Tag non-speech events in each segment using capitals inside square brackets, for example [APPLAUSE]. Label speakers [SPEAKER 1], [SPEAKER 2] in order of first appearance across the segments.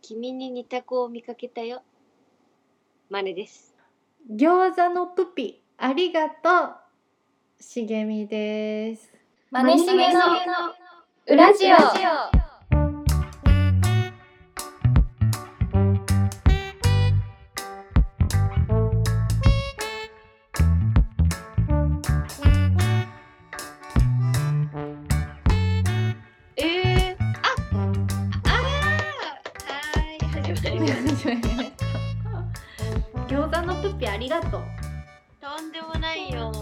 [SPEAKER 1] 君に似た子を見かけたよ。マネです。
[SPEAKER 2] 餃子のプピありがとう茂みです [LAUGHS]
[SPEAKER 3] マネしげのウラジオ。
[SPEAKER 1] えー、あ、あ、あー、はい、始まりまし
[SPEAKER 2] 餃子のプピありがとう、
[SPEAKER 1] た。とんでもないよ。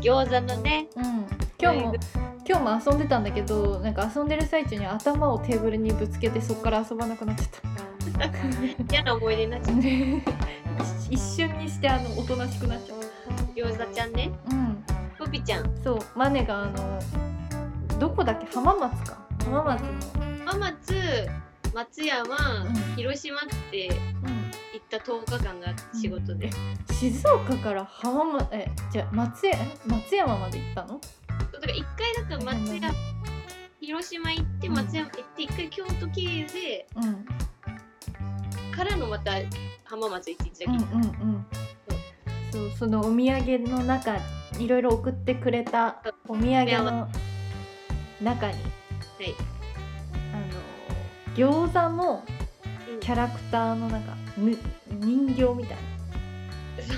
[SPEAKER 1] 餃子のね、
[SPEAKER 2] うん、今日も今日も遊んでたんだけどなんか遊んでる最中に頭をテーブルにぶつけてそこから遊ばなくなっちゃっ
[SPEAKER 1] 嫌な思い出になっち
[SPEAKER 2] た
[SPEAKER 1] ゃっ。
[SPEAKER 2] [LAUGHS] 一一瞬にしてあのおとなしくなっちゃった
[SPEAKER 1] 餃子ちゃんね、
[SPEAKER 2] たうん
[SPEAKER 1] ぷぴちゃん、
[SPEAKER 2] そうマネがあのどこだっけ浜松か浜松の、
[SPEAKER 1] ママツ、松山、
[SPEAKER 2] うん
[SPEAKER 1] 広島って行った10日間が仕事で、
[SPEAKER 2] 静岡から浜松えじゃあ松江え松山まで行ったの
[SPEAKER 1] そうだから1回だから松山、広島行って松山行って1回京都経由で
[SPEAKER 2] うん
[SPEAKER 1] からのまた浜松1日だけ、
[SPEAKER 2] うんうんうんそうそのお土産の中いろいろ送ってくれたお土産の中に
[SPEAKER 1] い
[SPEAKER 2] あの餃子の
[SPEAKER 1] うん
[SPEAKER 2] キャラクターのなんかぬ人形みたい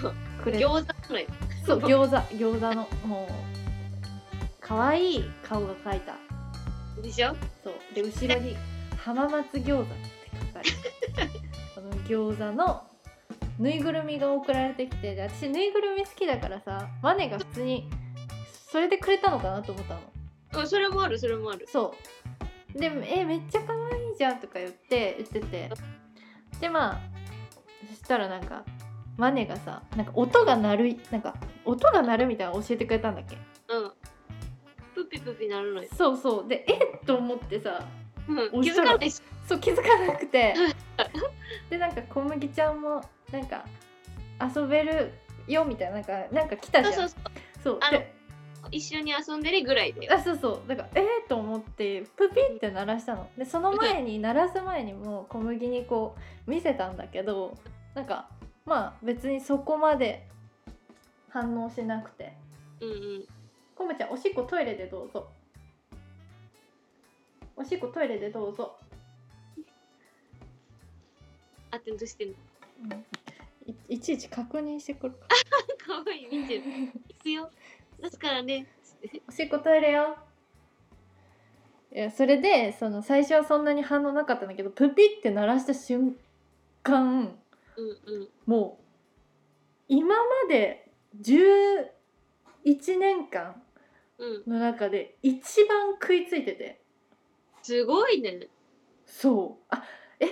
[SPEAKER 1] そう
[SPEAKER 2] なくれ
[SPEAKER 1] 餃子の
[SPEAKER 2] そう餃子餃子のもう可愛い顔が描いた
[SPEAKER 1] でしょ
[SPEAKER 2] そうで後ろに「浜松餃子」って書かれてこの餃子のぬいぐるみが送られてきてで私ぬいぐるみ好きだからさマネが普通にそれでくれたのかなと思ったの
[SPEAKER 1] うんそれもあるそれもある
[SPEAKER 2] そうでえめっちゃ可愛いじゃんとか言って言っててでまあそしたらなんかマネがさなんか音が鳴るなんか音が鳴るみたいなの教えてくれたんだっけ
[SPEAKER 1] うんプピプピなるのよ、
[SPEAKER 2] そうそうでえっと思ってさ
[SPEAKER 1] う
[SPEAKER 2] お
[SPEAKER 1] ん、
[SPEAKER 2] っ
[SPEAKER 1] 気
[SPEAKER 2] し
[SPEAKER 1] づ
[SPEAKER 2] ゃる
[SPEAKER 1] かないし
[SPEAKER 2] そう気づかなくてでなんか小麦ちゃんもなんか遊べるよみたいななんかなんか来たじ
[SPEAKER 1] そ
[SPEAKER 2] ゃ
[SPEAKER 1] うんそ
[SPEAKER 2] そうう
[SPEAKER 1] そうあ
[SPEAKER 2] で
[SPEAKER 1] 一緒に遊んでるぐらいだよ
[SPEAKER 2] あそうそうだからえー、と思ってプピって鳴らしたのでその前に鳴らす前にも小麦にこう見せたんだけどなんかまあ別にそこまで反応しなくて
[SPEAKER 1] うんうん
[SPEAKER 2] コムちゃんおしっこトイレでどうぞおしっこトイレでどうぞ
[SPEAKER 1] アテンドしてんの [LAUGHS]
[SPEAKER 2] いいちいち確認してくるか
[SPEAKER 1] かわいい見てるいくよ出すからね
[SPEAKER 2] おしっこトイレよいやそれでその最初はそんなに反応なかったんだけどプピって鳴らした瞬間
[SPEAKER 1] うんうん
[SPEAKER 2] もう今まで11年間
[SPEAKER 1] うん
[SPEAKER 2] の中で一番食いついてて
[SPEAKER 1] すごいね
[SPEAKER 2] そうあえ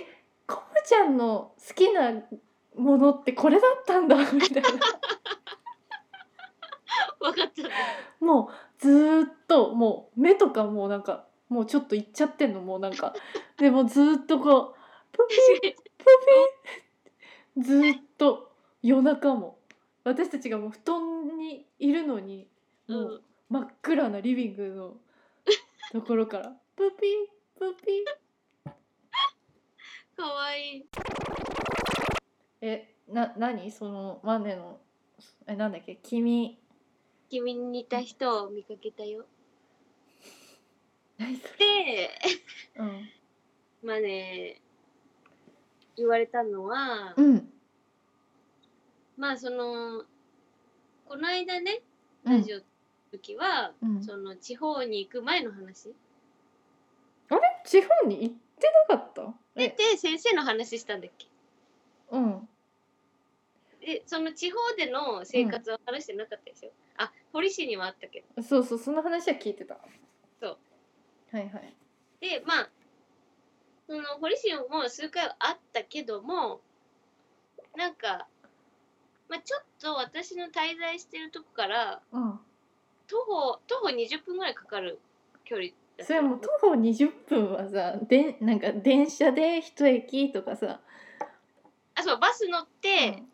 [SPEAKER 2] コムちゃんの好きなものってこれだったんだみたいな
[SPEAKER 1] 分かっちゃっ
[SPEAKER 2] もうずーっともう目とかもうなんかもうちょっといっちゃってんのもうなんかでもずーっとこうプピプピずーっと夜中も私たちがもう布団にいるのに
[SPEAKER 1] た、う
[SPEAKER 2] も
[SPEAKER 1] ん、
[SPEAKER 2] う真っ暗なリビングのところからプピプピ
[SPEAKER 1] かわいい
[SPEAKER 2] えな何そのマネのえなんだっけ君
[SPEAKER 1] 君に似た人を見かけたよ
[SPEAKER 2] 何それ
[SPEAKER 1] で
[SPEAKER 2] うん
[SPEAKER 1] まあね言われたのは、
[SPEAKER 2] うん
[SPEAKER 1] まあそのこの間ね
[SPEAKER 2] う
[SPEAKER 1] ラ
[SPEAKER 2] ん
[SPEAKER 1] ジオの時は、
[SPEAKER 2] うん
[SPEAKER 1] その地方に行く前の話
[SPEAKER 2] あれ地方に行ってなかった
[SPEAKER 1] で
[SPEAKER 2] え
[SPEAKER 1] で先生の話したんだっけ
[SPEAKER 2] うん
[SPEAKER 1] でその地方での生活を話してなかったでしょ、あ堀市にはあったけど
[SPEAKER 2] そうそうその話は聞いてた
[SPEAKER 1] そう
[SPEAKER 2] はいはい
[SPEAKER 1] でまあその堀市も数回あったけどもなんか、まあ、ちょっと私の滞在してるとこから
[SPEAKER 2] うん
[SPEAKER 1] 徒歩徒歩20分ぐらいかかる距離だ
[SPEAKER 2] それもう徒歩20分はさでんなんか電車で一駅とかさ、
[SPEAKER 1] あそうバス乗って、
[SPEAKER 2] うん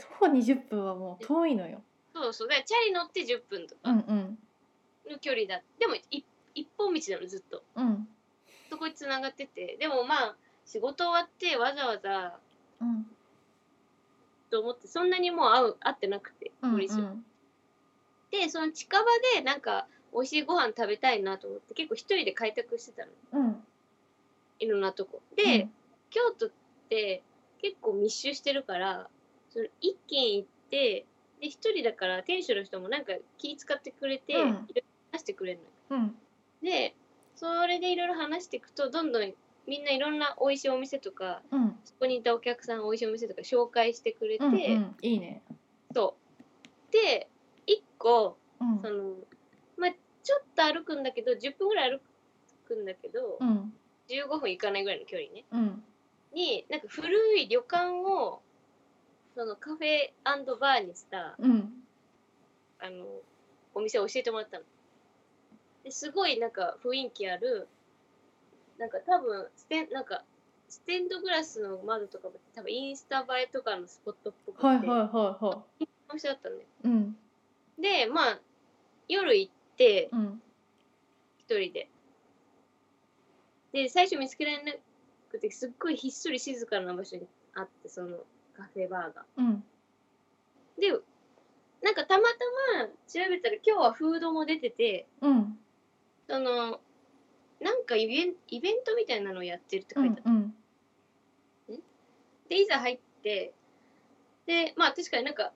[SPEAKER 2] 徒歩20分はもう遠いのよ
[SPEAKER 1] そうそうだからチャリ乗って10分と
[SPEAKER 2] う
[SPEAKER 1] か
[SPEAKER 2] んうん
[SPEAKER 1] の距離だ、でもい一本道なのずっと
[SPEAKER 2] うん
[SPEAKER 1] そこにつながっててでもまあ仕事終わってわざわざ
[SPEAKER 2] うん
[SPEAKER 1] と思ってそんなにもう会う会ってなくて
[SPEAKER 2] うん
[SPEAKER 1] 堀島、でその近場でなんか美味しいご飯食べたいなと思って結構一人で開拓してたの
[SPEAKER 2] うん
[SPEAKER 1] いろんなとこで、京都って結構密集してるからその一軒行ってで一人だから店主の人もなんか気使ってくれて、
[SPEAKER 2] うん
[SPEAKER 1] いろいろ話してくれるの
[SPEAKER 2] うん
[SPEAKER 1] でそれでいろいろ話していくとどんどんみんないろんな美味しいお店とか
[SPEAKER 2] うんうん
[SPEAKER 1] そこにいたお客さん美味しいお店とか紹介してくれて、
[SPEAKER 2] うんうんいいね
[SPEAKER 1] そうで一個
[SPEAKER 2] うん
[SPEAKER 1] そのまあちょっと歩くんだけど10分ぐらい歩くんだけど、
[SPEAKER 2] うん
[SPEAKER 1] 15分行かないぐらいの距離ね
[SPEAKER 2] うん
[SPEAKER 1] になんか古い旅館をそのカフェバーにした
[SPEAKER 2] うん
[SPEAKER 1] あのお店を教えてもらったの。ですごいなんか雰囲気あるなんか多分ステンなんかステンドグラスの窓とかも多分インスタ映えとかのスポットっぽくて、
[SPEAKER 2] はいはいはいは
[SPEAKER 1] お店だったのね。
[SPEAKER 2] いうん
[SPEAKER 1] でまあ夜行って
[SPEAKER 2] うん
[SPEAKER 1] 一人で。で最初見つけられなくてすっごいひっそり静かな場所にあってそのカフェバーが。
[SPEAKER 2] うん
[SPEAKER 1] でなんかたまたま調べたら今日はフードも出てて
[SPEAKER 2] うん
[SPEAKER 1] そのなんかイベンイベントみたいなのをやってるって
[SPEAKER 2] う
[SPEAKER 1] 書いてあっ
[SPEAKER 2] ん
[SPEAKER 1] て、
[SPEAKER 2] うん
[SPEAKER 1] でいざ入ってでまあ確かになんか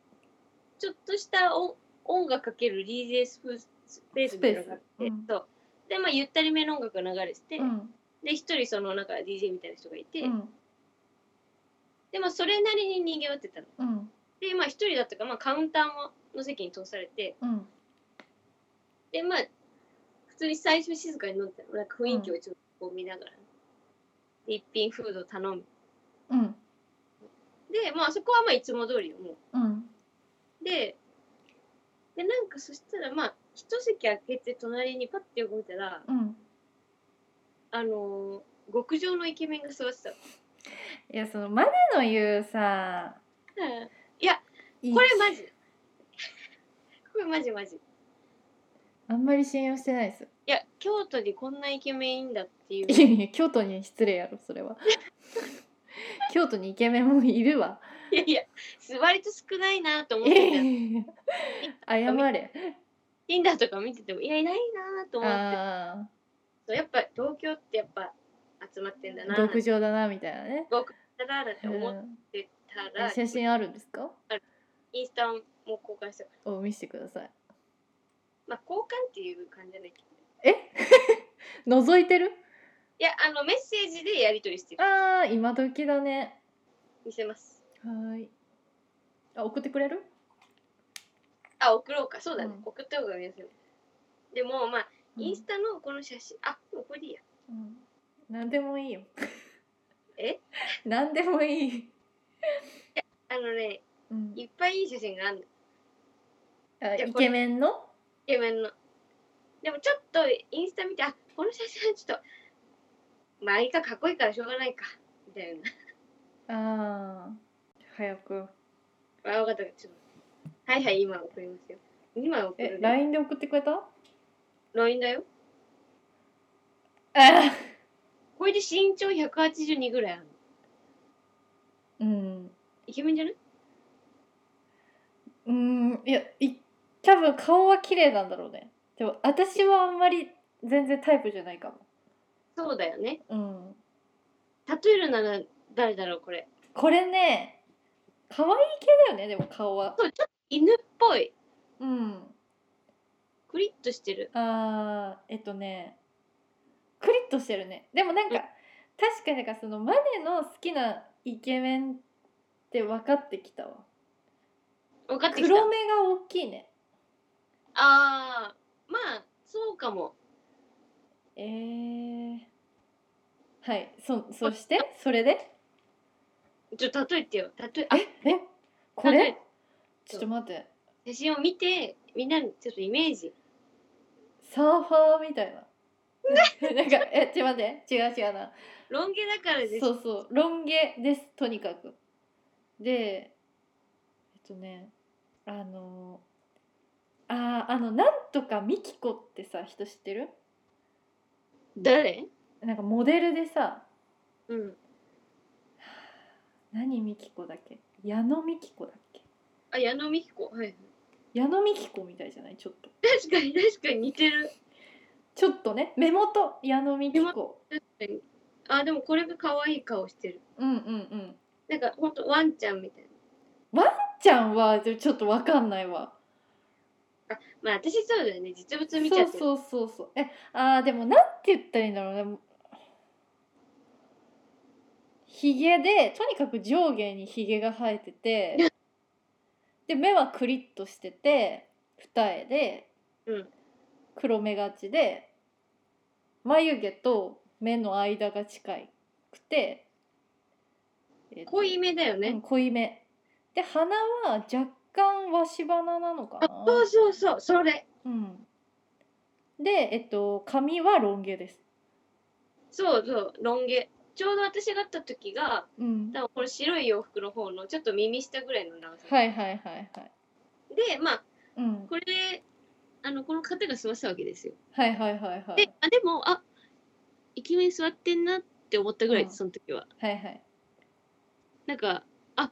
[SPEAKER 1] ちょっとしたお音楽かける DJ スペーススペースみたいなのがあっ
[SPEAKER 2] スペ
[SPEAKER 1] て、
[SPEAKER 2] ースうん
[SPEAKER 1] そうでまあゆったりめの音楽が流れてて、
[SPEAKER 2] うん
[SPEAKER 1] で一人そのなんか DJ みたいな人がいて、
[SPEAKER 2] うん
[SPEAKER 1] でもそれなりに賑わってたの。
[SPEAKER 2] うん
[SPEAKER 1] でまあ一人だったから、まあ、カウンターもの席に通されて
[SPEAKER 2] うん
[SPEAKER 1] でまあ普通に最初静かに飲んでたのなんか雰囲気をちょっとこう見ながら、で一品フードを頼む
[SPEAKER 2] うん
[SPEAKER 1] でまあそこはまあいつも通りよも
[SPEAKER 2] うん
[SPEAKER 1] うででなんかそしたらまあ一席空けて隣にパッて横見たら
[SPEAKER 2] うん
[SPEAKER 1] あのー極上のイケメンが座ってたの
[SPEAKER 2] いやそのマネの言うさい
[SPEAKER 1] これマジこれマジマジい
[SPEAKER 2] あんまり信用してないです
[SPEAKER 1] や京都にこんなイケメンいいんだっていう
[SPEAKER 2] いやいや京都に失礼やろそ
[SPEAKER 1] [LAUGHS]
[SPEAKER 2] れは京都にイケメンもいるわ
[SPEAKER 1] いやいや、割と少ないなと思っ
[SPEAKER 2] いや
[SPEAKER 1] て
[SPEAKER 2] いや
[SPEAKER 1] て、
[SPEAKER 2] いや謝れ
[SPEAKER 1] Tinder とか見てても、いや、いないなと思って
[SPEAKER 2] あ
[SPEAKER 1] そう、やっぱ東京ってやっぱ集まってんだ
[SPEAKER 2] あ
[SPEAKER 1] な、
[SPEAKER 2] 独上だなみたいなね、
[SPEAKER 1] だなって思っ
[SPEAKER 2] う
[SPEAKER 1] てた
[SPEAKER 2] ん
[SPEAKER 1] ら、
[SPEAKER 2] 写真あるんですか
[SPEAKER 1] インスタも交換したから、
[SPEAKER 2] お見せてください
[SPEAKER 1] まあ交換っていう感じじゃないけど、
[SPEAKER 2] 覗いてる
[SPEAKER 1] いや、あの、メッセージでやり取りしてる。
[SPEAKER 2] あー今時だね
[SPEAKER 1] 見せます。
[SPEAKER 2] はーいあ送ってくれる
[SPEAKER 1] あ、送ろうか、そうだね、
[SPEAKER 2] うん
[SPEAKER 1] 送った方が見やすいね。でも、まあ、インスタのこの写真、あ、もうこれでいいや。
[SPEAKER 2] うん、何でもいいよ
[SPEAKER 1] え
[SPEAKER 2] [LAUGHS] 何でもいい、
[SPEAKER 1] あのね、
[SPEAKER 2] うん、
[SPEAKER 1] いっぱいいい写真があるのイ
[SPEAKER 2] あ
[SPEAKER 1] じゃあ
[SPEAKER 2] イ
[SPEAKER 1] これ
[SPEAKER 2] ケメンの
[SPEAKER 1] ケメンの。でもちょっとインスタ見て、あ、この写真はちょっと、まあいいか、かっこいいからしょうがないか、みたいな。
[SPEAKER 2] ああ早く
[SPEAKER 1] あ、わかった、ちょっと。はいはい、今送りますよ。今送
[SPEAKER 2] え
[SPEAKER 1] る、ね。
[SPEAKER 2] LINE で送ってくれた
[SPEAKER 1] LINE だよ。
[SPEAKER 2] あ
[SPEAKER 1] これで身長182ぐらいあるの。
[SPEAKER 2] うん
[SPEAKER 1] イケメンじゃない
[SPEAKER 2] うんいやい多分顔は綺麗なんだろうねでも私はあんまり全然タイプじゃないかも
[SPEAKER 1] そうだよね。
[SPEAKER 2] うん
[SPEAKER 1] 例えるなら誰だろう、これ。
[SPEAKER 2] これね可愛い系だよねでも顔は
[SPEAKER 1] 犬っぽい。
[SPEAKER 2] うん
[SPEAKER 1] クリッとしてる。
[SPEAKER 2] あーえっとねクリッとしてるねでもなんか、
[SPEAKER 1] うん
[SPEAKER 2] 確かになんかそのマネの好きなイケメンって分かってきたわ
[SPEAKER 1] 分かってきた。
[SPEAKER 2] 黒目が大きいね
[SPEAKER 1] あー、まあ、そうかも。
[SPEAKER 2] えー、はいそそしてそれで
[SPEAKER 1] ちょっと例えてよ。例え、
[SPEAKER 2] え
[SPEAKER 1] あ、
[SPEAKER 2] えこ
[SPEAKER 1] なん
[SPEAKER 2] れ
[SPEAKER 1] で
[SPEAKER 2] ちょっと待って
[SPEAKER 1] 写真を見て、みんなにちょっとイメージ。
[SPEAKER 2] サーファーみたい [LAUGHS] ななんかえちょっと待って違う違うな
[SPEAKER 1] ロン毛だからです。
[SPEAKER 2] そうそうロン毛ですとにかくでえっとねあのあーあのなんとかミキコってさ人知ってる
[SPEAKER 1] 誰
[SPEAKER 2] なんかモデルでさ
[SPEAKER 1] うん。
[SPEAKER 2] 何ミキコだっけ矢野ミキコだっけ
[SPEAKER 1] あ、矢野美彦。はいはい。
[SPEAKER 2] 矢野ミキコみたいじゃないちょっと
[SPEAKER 1] 確かに確かに似てる。
[SPEAKER 2] ちょっとね目元矢野ミキコ
[SPEAKER 1] 確かに。あ、でもこれが可愛い顔してる。
[SPEAKER 2] うんうんうん
[SPEAKER 1] なんかほんとワンちゃんみたい
[SPEAKER 2] ちゃんはちょっとわかんないわ
[SPEAKER 1] な。まあ私そうだよね。実物見ちゃ
[SPEAKER 2] そう
[SPEAKER 1] ってる。
[SPEAKER 2] そうそうそうえあーでもなんて言ったらいいんだろうねひげでとにかく上下にひげが生えてて
[SPEAKER 1] [LAUGHS]
[SPEAKER 2] で目はクリッとしてて二重で
[SPEAKER 1] うん
[SPEAKER 2] 黒目がちで眉毛と目の間が近くて、えーと
[SPEAKER 1] 濃いめだよ
[SPEAKER 2] う
[SPEAKER 1] ね
[SPEAKER 2] ん。濃いめで鼻は若干わし鼻なのかな
[SPEAKER 1] そうそうそう。それ。
[SPEAKER 2] うん、で、えっと、髪はロン毛です。
[SPEAKER 1] そうそう。ロン毛。ちょうど私が会った時が、
[SPEAKER 2] うん、
[SPEAKER 1] 多分この白い洋服の方のちょっと耳下ぐらいの長さ。
[SPEAKER 2] はいはいはいはい。
[SPEAKER 1] で、まあ
[SPEAKER 2] うん、
[SPEAKER 1] これあのこの方が済ませたわけですよ。
[SPEAKER 2] はいはいはいは
[SPEAKER 1] で
[SPEAKER 2] い。
[SPEAKER 1] あでもあイケメン座ってんなって思ったぐらいで
[SPEAKER 2] うん
[SPEAKER 1] すその時は。
[SPEAKER 2] はいはい。
[SPEAKER 1] なんかあ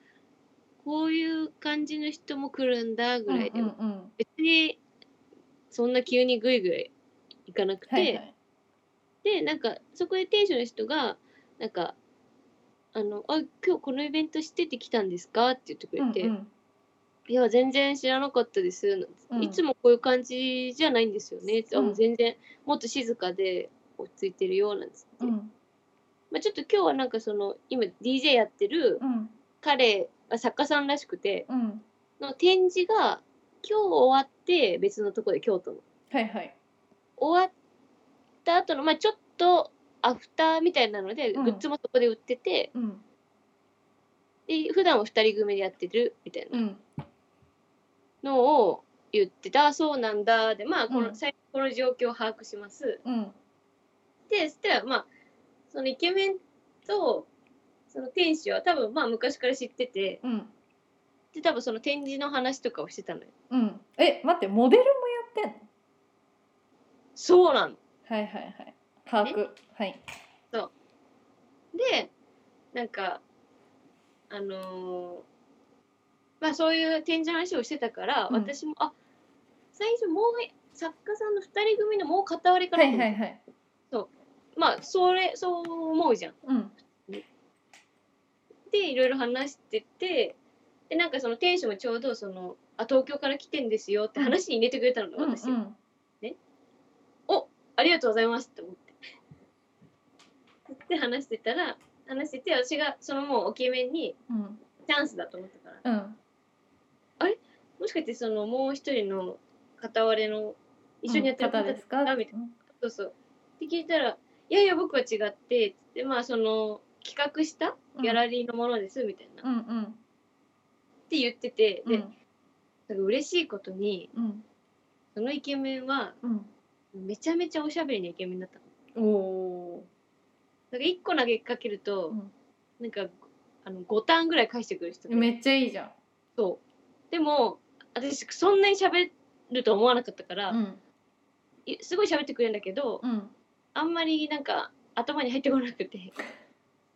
[SPEAKER 1] こういう感じの人も来るんだぐらいで、
[SPEAKER 2] うんうんうん、
[SPEAKER 1] 別にそんな急にグイグイ行かなくて、
[SPEAKER 2] はいはい。
[SPEAKER 1] でなんかそこで店主の人がなんかあのあ今日このイベントしてて来たんですかって言ってくれて、
[SPEAKER 2] うんうん
[SPEAKER 1] いや全然知らなかったですなんて、
[SPEAKER 2] うん
[SPEAKER 1] いつもこういう感じじゃないんですよね、ってあ
[SPEAKER 2] うん
[SPEAKER 1] もう全然もっと静かで落ち着いてるようなんですって、
[SPEAKER 2] うん
[SPEAKER 1] まあ、ちょっと今日はなんかその今 DJ やってる
[SPEAKER 2] うん
[SPEAKER 1] 彼は作家さんらしくて
[SPEAKER 2] うん。
[SPEAKER 1] の展示が今日終わって別のとこで京都の
[SPEAKER 2] はいはい。
[SPEAKER 1] 終わった後のまあちょっとアフターみたいなので、
[SPEAKER 2] うん
[SPEAKER 1] グッズもそこで売ってて
[SPEAKER 2] うん
[SPEAKER 1] で普段は2人組でやってるみたいな
[SPEAKER 2] うん
[SPEAKER 1] のを言ってた、あそうなんだでまあこ
[SPEAKER 2] う
[SPEAKER 1] の
[SPEAKER 2] ん
[SPEAKER 1] 最この状況を把握します
[SPEAKER 2] うん
[SPEAKER 1] でそしたらまあそのイケメンとその店主は多分まあ昔から知ってて
[SPEAKER 2] うん
[SPEAKER 1] で多分その展示の話とかをしてたのよ
[SPEAKER 2] うん。え、待って、モデルもやってんの。
[SPEAKER 1] そうなの
[SPEAKER 2] はいはいはい。把握。はい。
[SPEAKER 1] でなんかあのーまあそういう展示の話をしてたから、
[SPEAKER 2] うん
[SPEAKER 1] 私もあ最初もう作家さんの2人組のもう片割れか
[SPEAKER 2] は
[SPEAKER 1] ら、
[SPEAKER 2] いはいはい。
[SPEAKER 1] まあそれそう思うじゃん。
[SPEAKER 2] うん
[SPEAKER 1] でいろいろ話しててでなんかその店主もちょうどそのあ東京から来てんですよって話に入れてくれたのね、
[SPEAKER 2] うん
[SPEAKER 1] 私、
[SPEAKER 2] うん。
[SPEAKER 1] ありがとうございますって思って。で話してたら話してて私がそのもうお決めに
[SPEAKER 2] うん
[SPEAKER 1] チャンスだと思ったから
[SPEAKER 2] うん。
[SPEAKER 1] もしかしてそのもう一人の片割れの一緒にやってる
[SPEAKER 2] 方ですか。
[SPEAKER 1] みたいな
[SPEAKER 2] うん
[SPEAKER 1] そうそうって聞いたら「いやいや僕は違って」でまあその企画したギャラリーのものですみたいな、
[SPEAKER 2] う
[SPEAKER 1] っ
[SPEAKER 2] んうん
[SPEAKER 1] て言ってて
[SPEAKER 2] う
[SPEAKER 1] で、
[SPEAKER 2] ん
[SPEAKER 1] なんか嬉しいことに
[SPEAKER 2] うん
[SPEAKER 1] そのイケメンは
[SPEAKER 2] うん。
[SPEAKER 1] めちゃめちゃおしゃべりなイケメンだったの。
[SPEAKER 2] おお
[SPEAKER 1] なんか一個投げかけると、
[SPEAKER 2] うん
[SPEAKER 1] なんかあの5ターンぐらい返してくる人
[SPEAKER 2] ー。めっちゃいいじゃん。
[SPEAKER 1] そうでも私そんなに喋ると思わなかったから、
[SPEAKER 2] うん
[SPEAKER 1] いすごい喋ってくれるんだけど、
[SPEAKER 2] うん。
[SPEAKER 1] あんまりなんか頭に入ってこなくて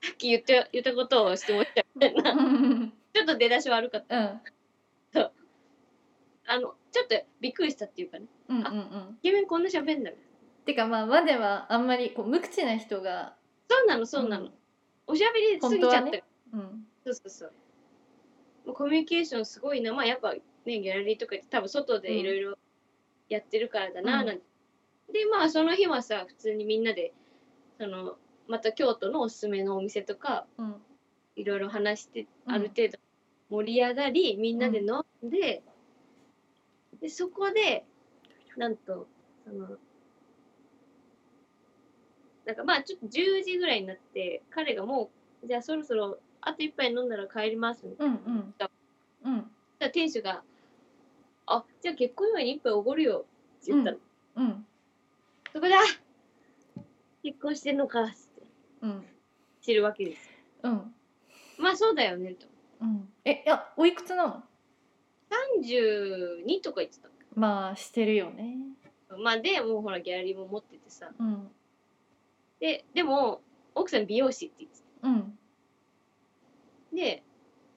[SPEAKER 1] さっき言った言ったことを質問しちゃうみたい
[SPEAKER 2] [LAUGHS]
[SPEAKER 1] な
[SPEAKER 2] うん
[SPEAKER 1] ちょっと出だし悪かった
[SPEAKER 2] うん
[SPEAKER 1] あのちょっとびっくりしたっていうかね
[SPEAKER 2] うんうん。
[SPEAKER 1] イケメンこんな喋んだよ
[SPEAKER 2] てかまあ和ではあんまりこう無口な人が、
[SPEAKER 1] そうなのそうなの、おしゃべりすぎちゃったよ、
[SPEAKER 2] 本当はねうん、
[SPEAKER 1] そうそうそうもうコミュニケーションすごいなまあやっぱねギャラリーとかって多分外でいろいろやってるからだな
[SPEAKER 2] うん
[SPEAKER 1] なんて、でまあその日はさ普通にみんなでそのまた京都のおすすめのお店とか
[SPEAKER 2] うん、
[SPEAKER 1] いろいろ話して
[SPEAKER 2] うん
[SPEAKER 1] ある程度盛り上がり、みんなで飲んででそこでなんとそのなんかまあちょっと10時ぐらいになって彼がもうじゃあそろそろあと一杯飲んだら帰りますみた
[SPEAKER 2] う
[SPEAKER 1] い
[SPEAKER 2] ん
[SPEAKER 1] な、
[SPEAKER 2] うん
[SPEAKER 1] だか
[SPEAKER 2] うん
[SPEAKER 1] ら店主が「あじゃあ結婚祝いに一杯おごるよ」って言ったの、
[SPEAKER 2] うん
[SPEAKER 1] そこで「あ結婚してんのか」って
[SPEAKER 2] うん
[SPEAKER 1] 知るわけです
[SPEAKER 2] うん
[SPEAKER 1] まあそうだよねと
[SPEAKER 2] うんえいやおいくつなの
[SPEAKER 1] 32とか言ってた
[SPEAKER 2] まあしてるよね
[SPEAKER 1] まあでもうほらギャラリーも持っててさ
[SPEAKER 2] うん
[SPEAKER 1] で、でも、奥さん美容師って言って
[SPEAKER 2] うん
[SPEAKER 1] た。で、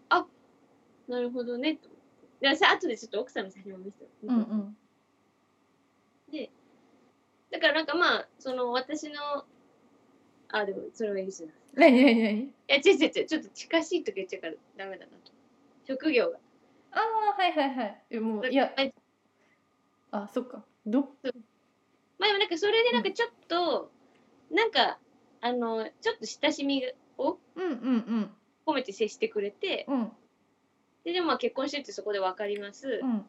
[SPEAKER 1] あ、なるほどね、と思って。で、さ、後でちょっと奥さんの写真を見せて。
[SPEAKER 2] うんうん
[SPEAKER 1] だからなんかまあ、その私の、あ、でもそれはいいですね。
[SPEAKER 2] 何何何
[SPEAKER 1] いや、違う違う違う、ちょっと近しいとか言っちゃうからダメだなと。職業が。
[SPEAKER 2] ああはいはいはいえもういや
[SPEAKER 1] 前
[SPEAKER 2] あそっかど
[SPEAKER 1] まあでもなんかそれでなんかちょっと、なんか、あの、ちょっと親しみを
[SPEAKER 2] うんうんうん
[SPEAKER 1] 込めて接してくれて、
[SPEAKER 2] うん
[SPEAKER 1] で、でもまあ結婚してるってそこで分かります。
[SPEAKER 2] うん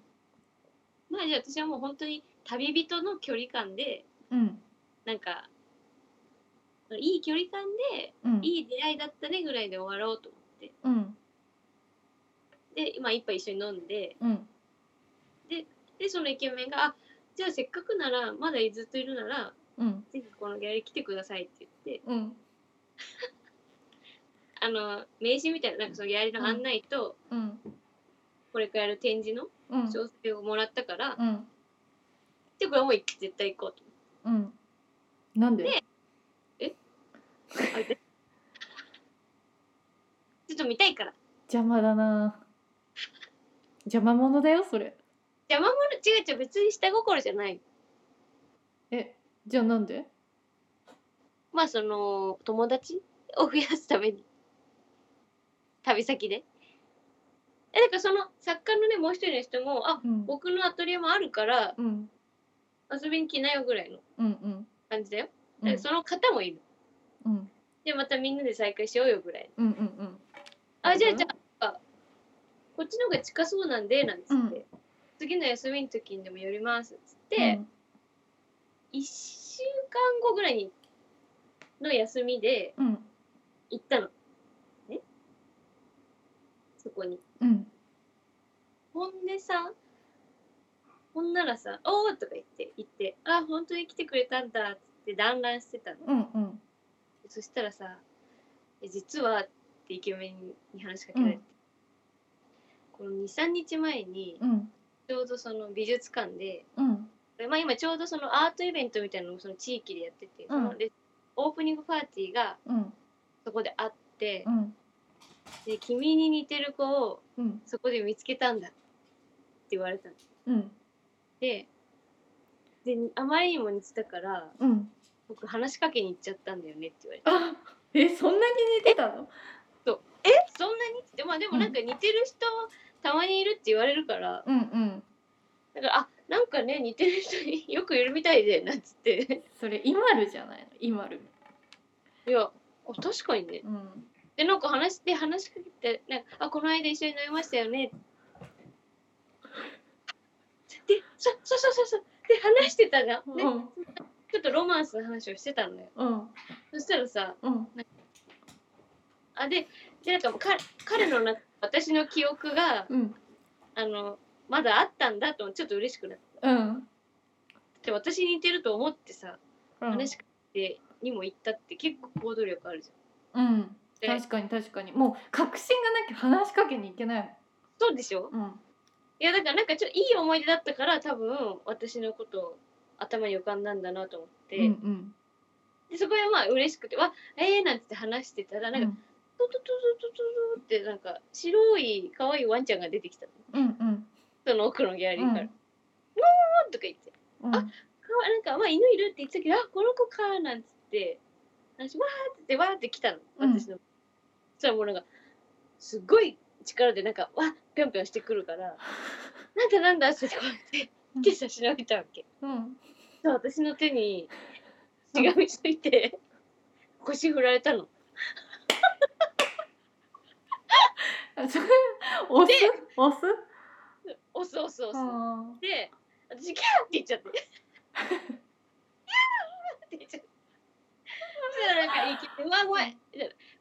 [SPEAKER 1] まあじゃあ私はもう本当に旅人の距離感で、
[SPEAKER 2] うん
[SPEAKER 1] なんか、いい距離感で、
[SPEAKER 2] うん
[SPEAKER 1] いい出会いだったねぐらいで終わろうと思って。
[SPEAKER 2] うん
[SPEAKER 1] で、まあ一杯一緒に飲んで、
[SPEAKER 2] うん
[SPEAKER 1] で、そのイケメンが、あ、じゃあせっかくなら、まだずっといるなら、
[SPEAKER 2] うん
[SPEAKER 1] ぜひこのギャラリー来てくださいって言って、
[SPEAKER 2] うん
[SPEAKER 1] あの、名刺みたいな、なんかそのギャラリーの案内と、
[SPEAKER 2] うん
[SPEAKER 1] これからやる展示の
[SPEAKER 2] うん
[SPEAKER 1] 詳細をもらったから、
[SPEAKER 2] うん
[SPEAKER 1] で、これはもう絶対行こうと思って。
[SPEAKER 2] うんなんで
[SPEAKER 1] であでちょっと見たいから。
[SPEAKER 2] 邪魔だな邪魔者だよそれ
[SPEAKER 1] 邪魔者、違う違う、別に下心じゃない。
[SPEAKER 2] えじゃあなんで
[SPEAKER 1] まあその友達を増やすために旅先でえだからその作家のねもう一人の人もあ
[SPEAKER 2] うん
[SPEAKER 1] 僕のアトリエもあるから
[SPEAKER 2] うん
[SPEAKER 1] 遊びに来なよぐらいの
[SPEAKER 2] うんうん
[SPEAKER 1] 感じだよ
[SPEAKER 2] う
[SPEAKER 1] だから
[SPEAKER 2] ん
[SPEAKER 1] その方もいる
[SPEAKER 2] うん
[SPEAKER 1] でまたみんなで再会しようよぐらい
[SPEAKER 2] うんうん
[SPEAKER 1] あじゃ
[SPEAKER 2] う
[SPEAKER 1] あ
[SPEAKER 2] ん
[SPEAKER 1] じゃああこっちの方が近そうなんでなんつって、
[SPEAKER 2] う
[SPEAKER 1] 次の休みの時にでも寄りますっつっ
[SPEAKER 2] う
[SPEAKER 1] て、
[SPEAKER 2] ん
[SPEAKER 1] 一1週間後ぐらいにの休みで
[SPEAKER 2] うん
[SPEAKER 1] 行ったのねそこに
[SPEAKER 2] うん
[SPEAKER 1] ほんでさ、ほんならさ、おーとか言って、言って、あ、本当に来てくれたんだっつって団らんしてたの。
[SPEAKER 2] うんうん
[SPEAKER 1] そしたらさ、え実はってイケメンに話しかけられて、この2、3日前に、
[SPEAKER 2] うん
[SPEAKER 1] ちょうどその美術館で、
[SPEAKER 2] うん
[SPEAKER 1] まあ今ちょうどそのアートイベントみたいなのをその地域でやってて、そのレオープニングパーティーが
[SPEAKER 2] うん
[SPEAKER 1] そこであって、
[SPEAKER 2] うん
[SPEAKER 1] で、君に似てる子を
[SPEAKER 2] うん
[SPEAKER 1] そこで見つけたんだって言われたの。
[SPEAKER 2] うん
[SPEAKER 1] で、で、あまりにも似てたから、
[SPEAKER 2] うん
[SPEAKER 1] 僕話しかけに行っちゃったんだよねって言われて
[SPEAKER 2] あえそんなに似てたの
[SPEAKER 1] 「そんなに?」ってまあでもなんか似てる人たまにいるって言われるから
[SPEAKER 2] うんうん
[SPEAKER 1] だから「あなんかね似てる人によくいるみたいで」なんつって
[SPEAKER 2] それイマルじゃないのイマル
[SPEAKER 1] 「いやあ確かにね
[SPEAKER 2] うん」
[SPEAKER 1] でなんか話して話しかけて「なんかあこの間一緒に飲みましたよね」でそそうそうそうそうで話してたじゃん、
[SPEAKER 2] う
[SPEAKER 1] ね、
[SPEAKER 2] ん
[SPEAKER 1] ちょっとロマンスの話をしてたのよ
[SPEAKER 2] うん
[SPEAKER 1] そしたらさ
[SPEAKER 2] うん
[SPEAKER 1] あででなんかもうか彼の中私の記憶が
[SPEAKER 2] うん
[SPEAKER 1] あのまだあったんだとちょっと嬉しくなって
[SPEAKER 2] うん
[SPEAKER 1] で私に似てると思ってさ話しかけてにも行ったって結構行動力あるじゃん。
[SPEAKER 2] うん
[SPEAKER 1] で
[SPEAKER 2] 確かに確かにもう確信がなきゃ話しかけにいけない
[SPEAKER 1] そうでしょ
[SPEAKER 2] もん
[SPEAKER 1] いやだからなんかちょっといい思い出だったから多分私のこと頭に浮かんだんだなと思って、
[SPEAKER 2] うんうん
[SPEAKER 1] でそこでまあ嬉しくて「わえー」なんつって話してたら
[SPEAKER 2] うん
[SPEAKER 1] なんか、トトトトトトトってなんか白い可愛いワンちゃんが出てきたの
[SPEAKER 2] うんうん
[SPEAKER 1] その奥のギャラリーから「あとか言って
[SPEAKER 2] うんう
[SPEAKER 1] 「
[SPEAKER 2] ん
[SPEAKER 1] かわなんかまあ犬いる」って言ってたけど「あこの子か」なんつって私わーってわーって来たの
[SPEAKER 2] うん
[SPEAKER 1] 私の、そしたらもうなんかすっごい力でなんかわっぴょんぴょんしてくるから「なんだなんだ」ってこうやって
[SPEAKER 2] うん
[SPEAKER 1] 手差し伸べたわけ、
[SPEAKER 2] うん
[SPEAKER 1] そう私の手にしがみついて腰振られたの
[SPEAKER 2] あそれ押す押す
[SPEAKER 1] 押す押す押す、
[SPEAKER 2] あ
[SPEAKER 1] で私キャーって言っちゃってキャーって言っちゃってそしたらなんか生きて「うわごめん」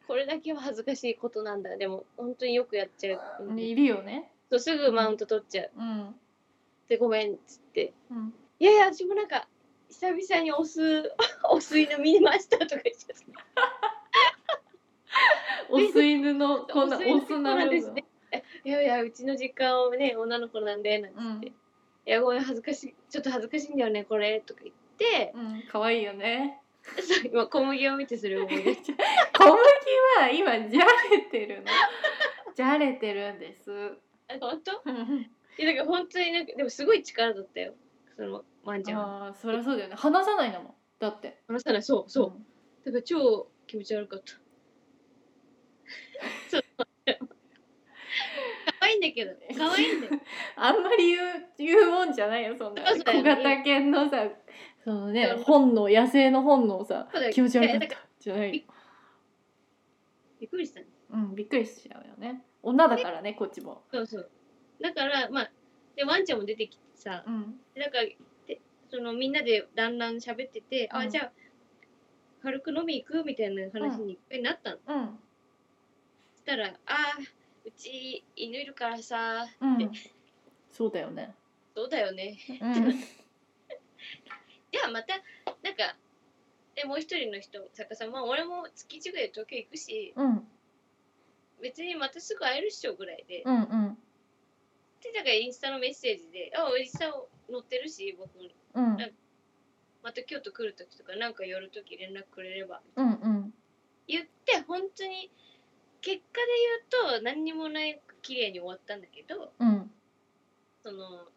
[SPEAKER 1] これだけは恥ずかしいことなんだでも本当によくやっちゃう、
[SPEAKER 2] ーいるよね
[SPEAKER 1] そうすぐマウント取っちゃう
[SPEAKER 2] うん
[SPEAKER 1] でごめんっつって
[SPEAKER 2] うん
[SPEAKER 1] 「いやいや私もなんか久々にお酢 [LAUGHS] お酢犬見ました」とか言っちゃって
[SPEAKER 2] お吸い犬のこんな
[SPEAKER 1] お吸い犬
[SPEAKER 2] 押すな
[SPEAKER 1] そうなん
[SPEAKER 2] る
[SPEAKER 1] です
[SPEAKER 2] の
[SPEAKER 1] ね「いやいやうちの実家をね女の子なんで」なんつって「
[SPEAKER 2] うん
[SPEAKER 1] いやごめん恥ずかしいちょっと恥ずかしいんだよねこれ」とか言って
[SPEAKER 2] うん可愛いよね
[SPEAKER 1] そう今小麦を見てそれを思い出し
[SPEAKER 2] 小麦は今じゃれてるのじゃれてるんです
[SPEAKER 1] た。
[SPEAKER 2] [LAUGHS]
[SPEAKER 1] あ本当？いやだから本当になんかでもすごい力だったよ。そのまんちゃん。
[SPEAKER 2] ああそりゃそうだよね話さないんだもんだって
[SPEAKER 1] 話さないそうそう。だから超気持ち悪かった。 [LAUGHS] そう。可愛いんだけどね。可愛いんだよ。
[SPEAKER 2] [LAUGHS] あんまり言う言うもんじゃないよそんな
[SPEAKER 1] そうだよ
[SPEAKER 2] 小
[SPEAKER 1] ね
[SPEAKER 2] 型犬のさその
[SPEAKER 1] そ
[SPEAKER 2] ね
[SPEAKER 1] う
[SPEAKER 2] 本能野生の本能さ
[SPEAKER 1] そうだよ
[SPEAKER 2] 気持ち悪かっ
[SPEAKER 1] えだ
[SPEAKER 2] たじゃないよ
[SPEAKER 1] びっくりしたね。
[SPEAKER 2] うんびっくりしちゃうよね女だからねこっちも
[SPEAKER 1] そうそう。だからまあでワンちゃんも出てきてさ、
[SPEAKER 2] うん
[SPEAKER 1] なんかでそのみんなでだんだん喋ってて、
[SPEAKER 2] う
[SPEAKER 1] あ
[SPEAKER 2] ん
[SPEAKER 1] じゃあ軽く飲み行くみたいな話に一回なったの。
[SPEAKER 2] うん
[SPEAKER 1] そしたらあーうち犬いるからさ
[SPEAKER 2] うんそうだよね
[SPEAKER 1] そうだよね。
[SPEAKER 2] うん
[SPEAKER 1] じゃあまたなんかでもう一人の人作家さんまあ俺も月一ぐらいで東京行くし
[SPEAKER 2] うん
[SPEAKER 1] 別にまたすぐ会えるっしょぐらいで、
[SPEAKER 2] うんうん
[SPEAKER 1] でだからインスタのメッセージで「あおじさん載ってるし僕も
[SPEAKER 2] うん
[SPEAKER 1] また京都来る時とかなんか寄る時連絡くれれば
[SPEAKER 2] うんうん」
[SPEAKER 1] 言って本当に結果で言うと何にもない綺麗に終わったんだけど
[SPEAKER 2] うん
[SPEAKER 1] その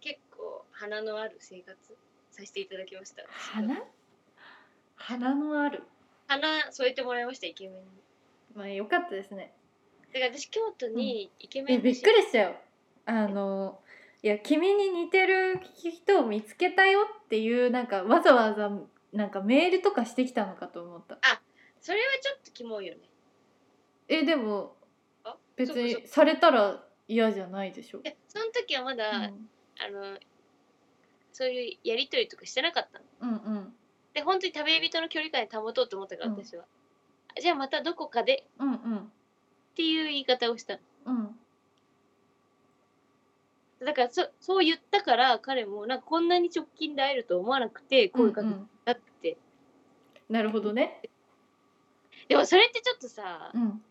[SPEAKER 1] 結構花のある生活させていただきました
[SPEAKER 2] 花花のある
[SPEAKER 1] 花添えてもらいましたイケメンに。
[SPEAKER 2] まあよかったですね
[SPEAKER 1] だから私京都にイケメ
[SPEAKER 2] え
[SPEAKER 1] ン
[SPEAKER 2] びっくりしたよあのいや君に似てる人を見つけたよっていうなんかわざわざなんかメールとかしてきたのかと思った
[SPEAKER 1] それはちょっとキモいよね
[SPEAKER 2] えでも
[SPEAKER 1] あ
[SPEAKER 2] 別
[SPEAKER 1] そう
[SPEAKER 2] に
[SPEAKER 1] か
[SPEAKER 2] されたら嫌じゃないでしょ、
[SPEAKER 1] いやその時はまだ、
[SPEAKER 2] うん、
[SPEAKER 1] あのそういうやりとりとかしてなかったの
[SPEAKER 2] うんうん
[SPEAKER 1] で本当に旅人の距離感で保とうと思ったから
[SPEAKER 2] うん
[SPEAKER 1] 私は、じゃあまたどこかで
[SPEAKER 2] うんうん
[SPEAKER 1] っていう言い方をしたの
[SPEAKER 2] うん
[SPEAKER 1] だからそそう言ったから彼もなんかこんなに直近で会えると思わなくて声かけ
[SPEAKER 2] うんうん
[SPEAKER 1] たって、
[SPEAKER 2] なるほどね
[SPEAKER 1] でもそれってちょっとさ
[SPEAKER 2] うん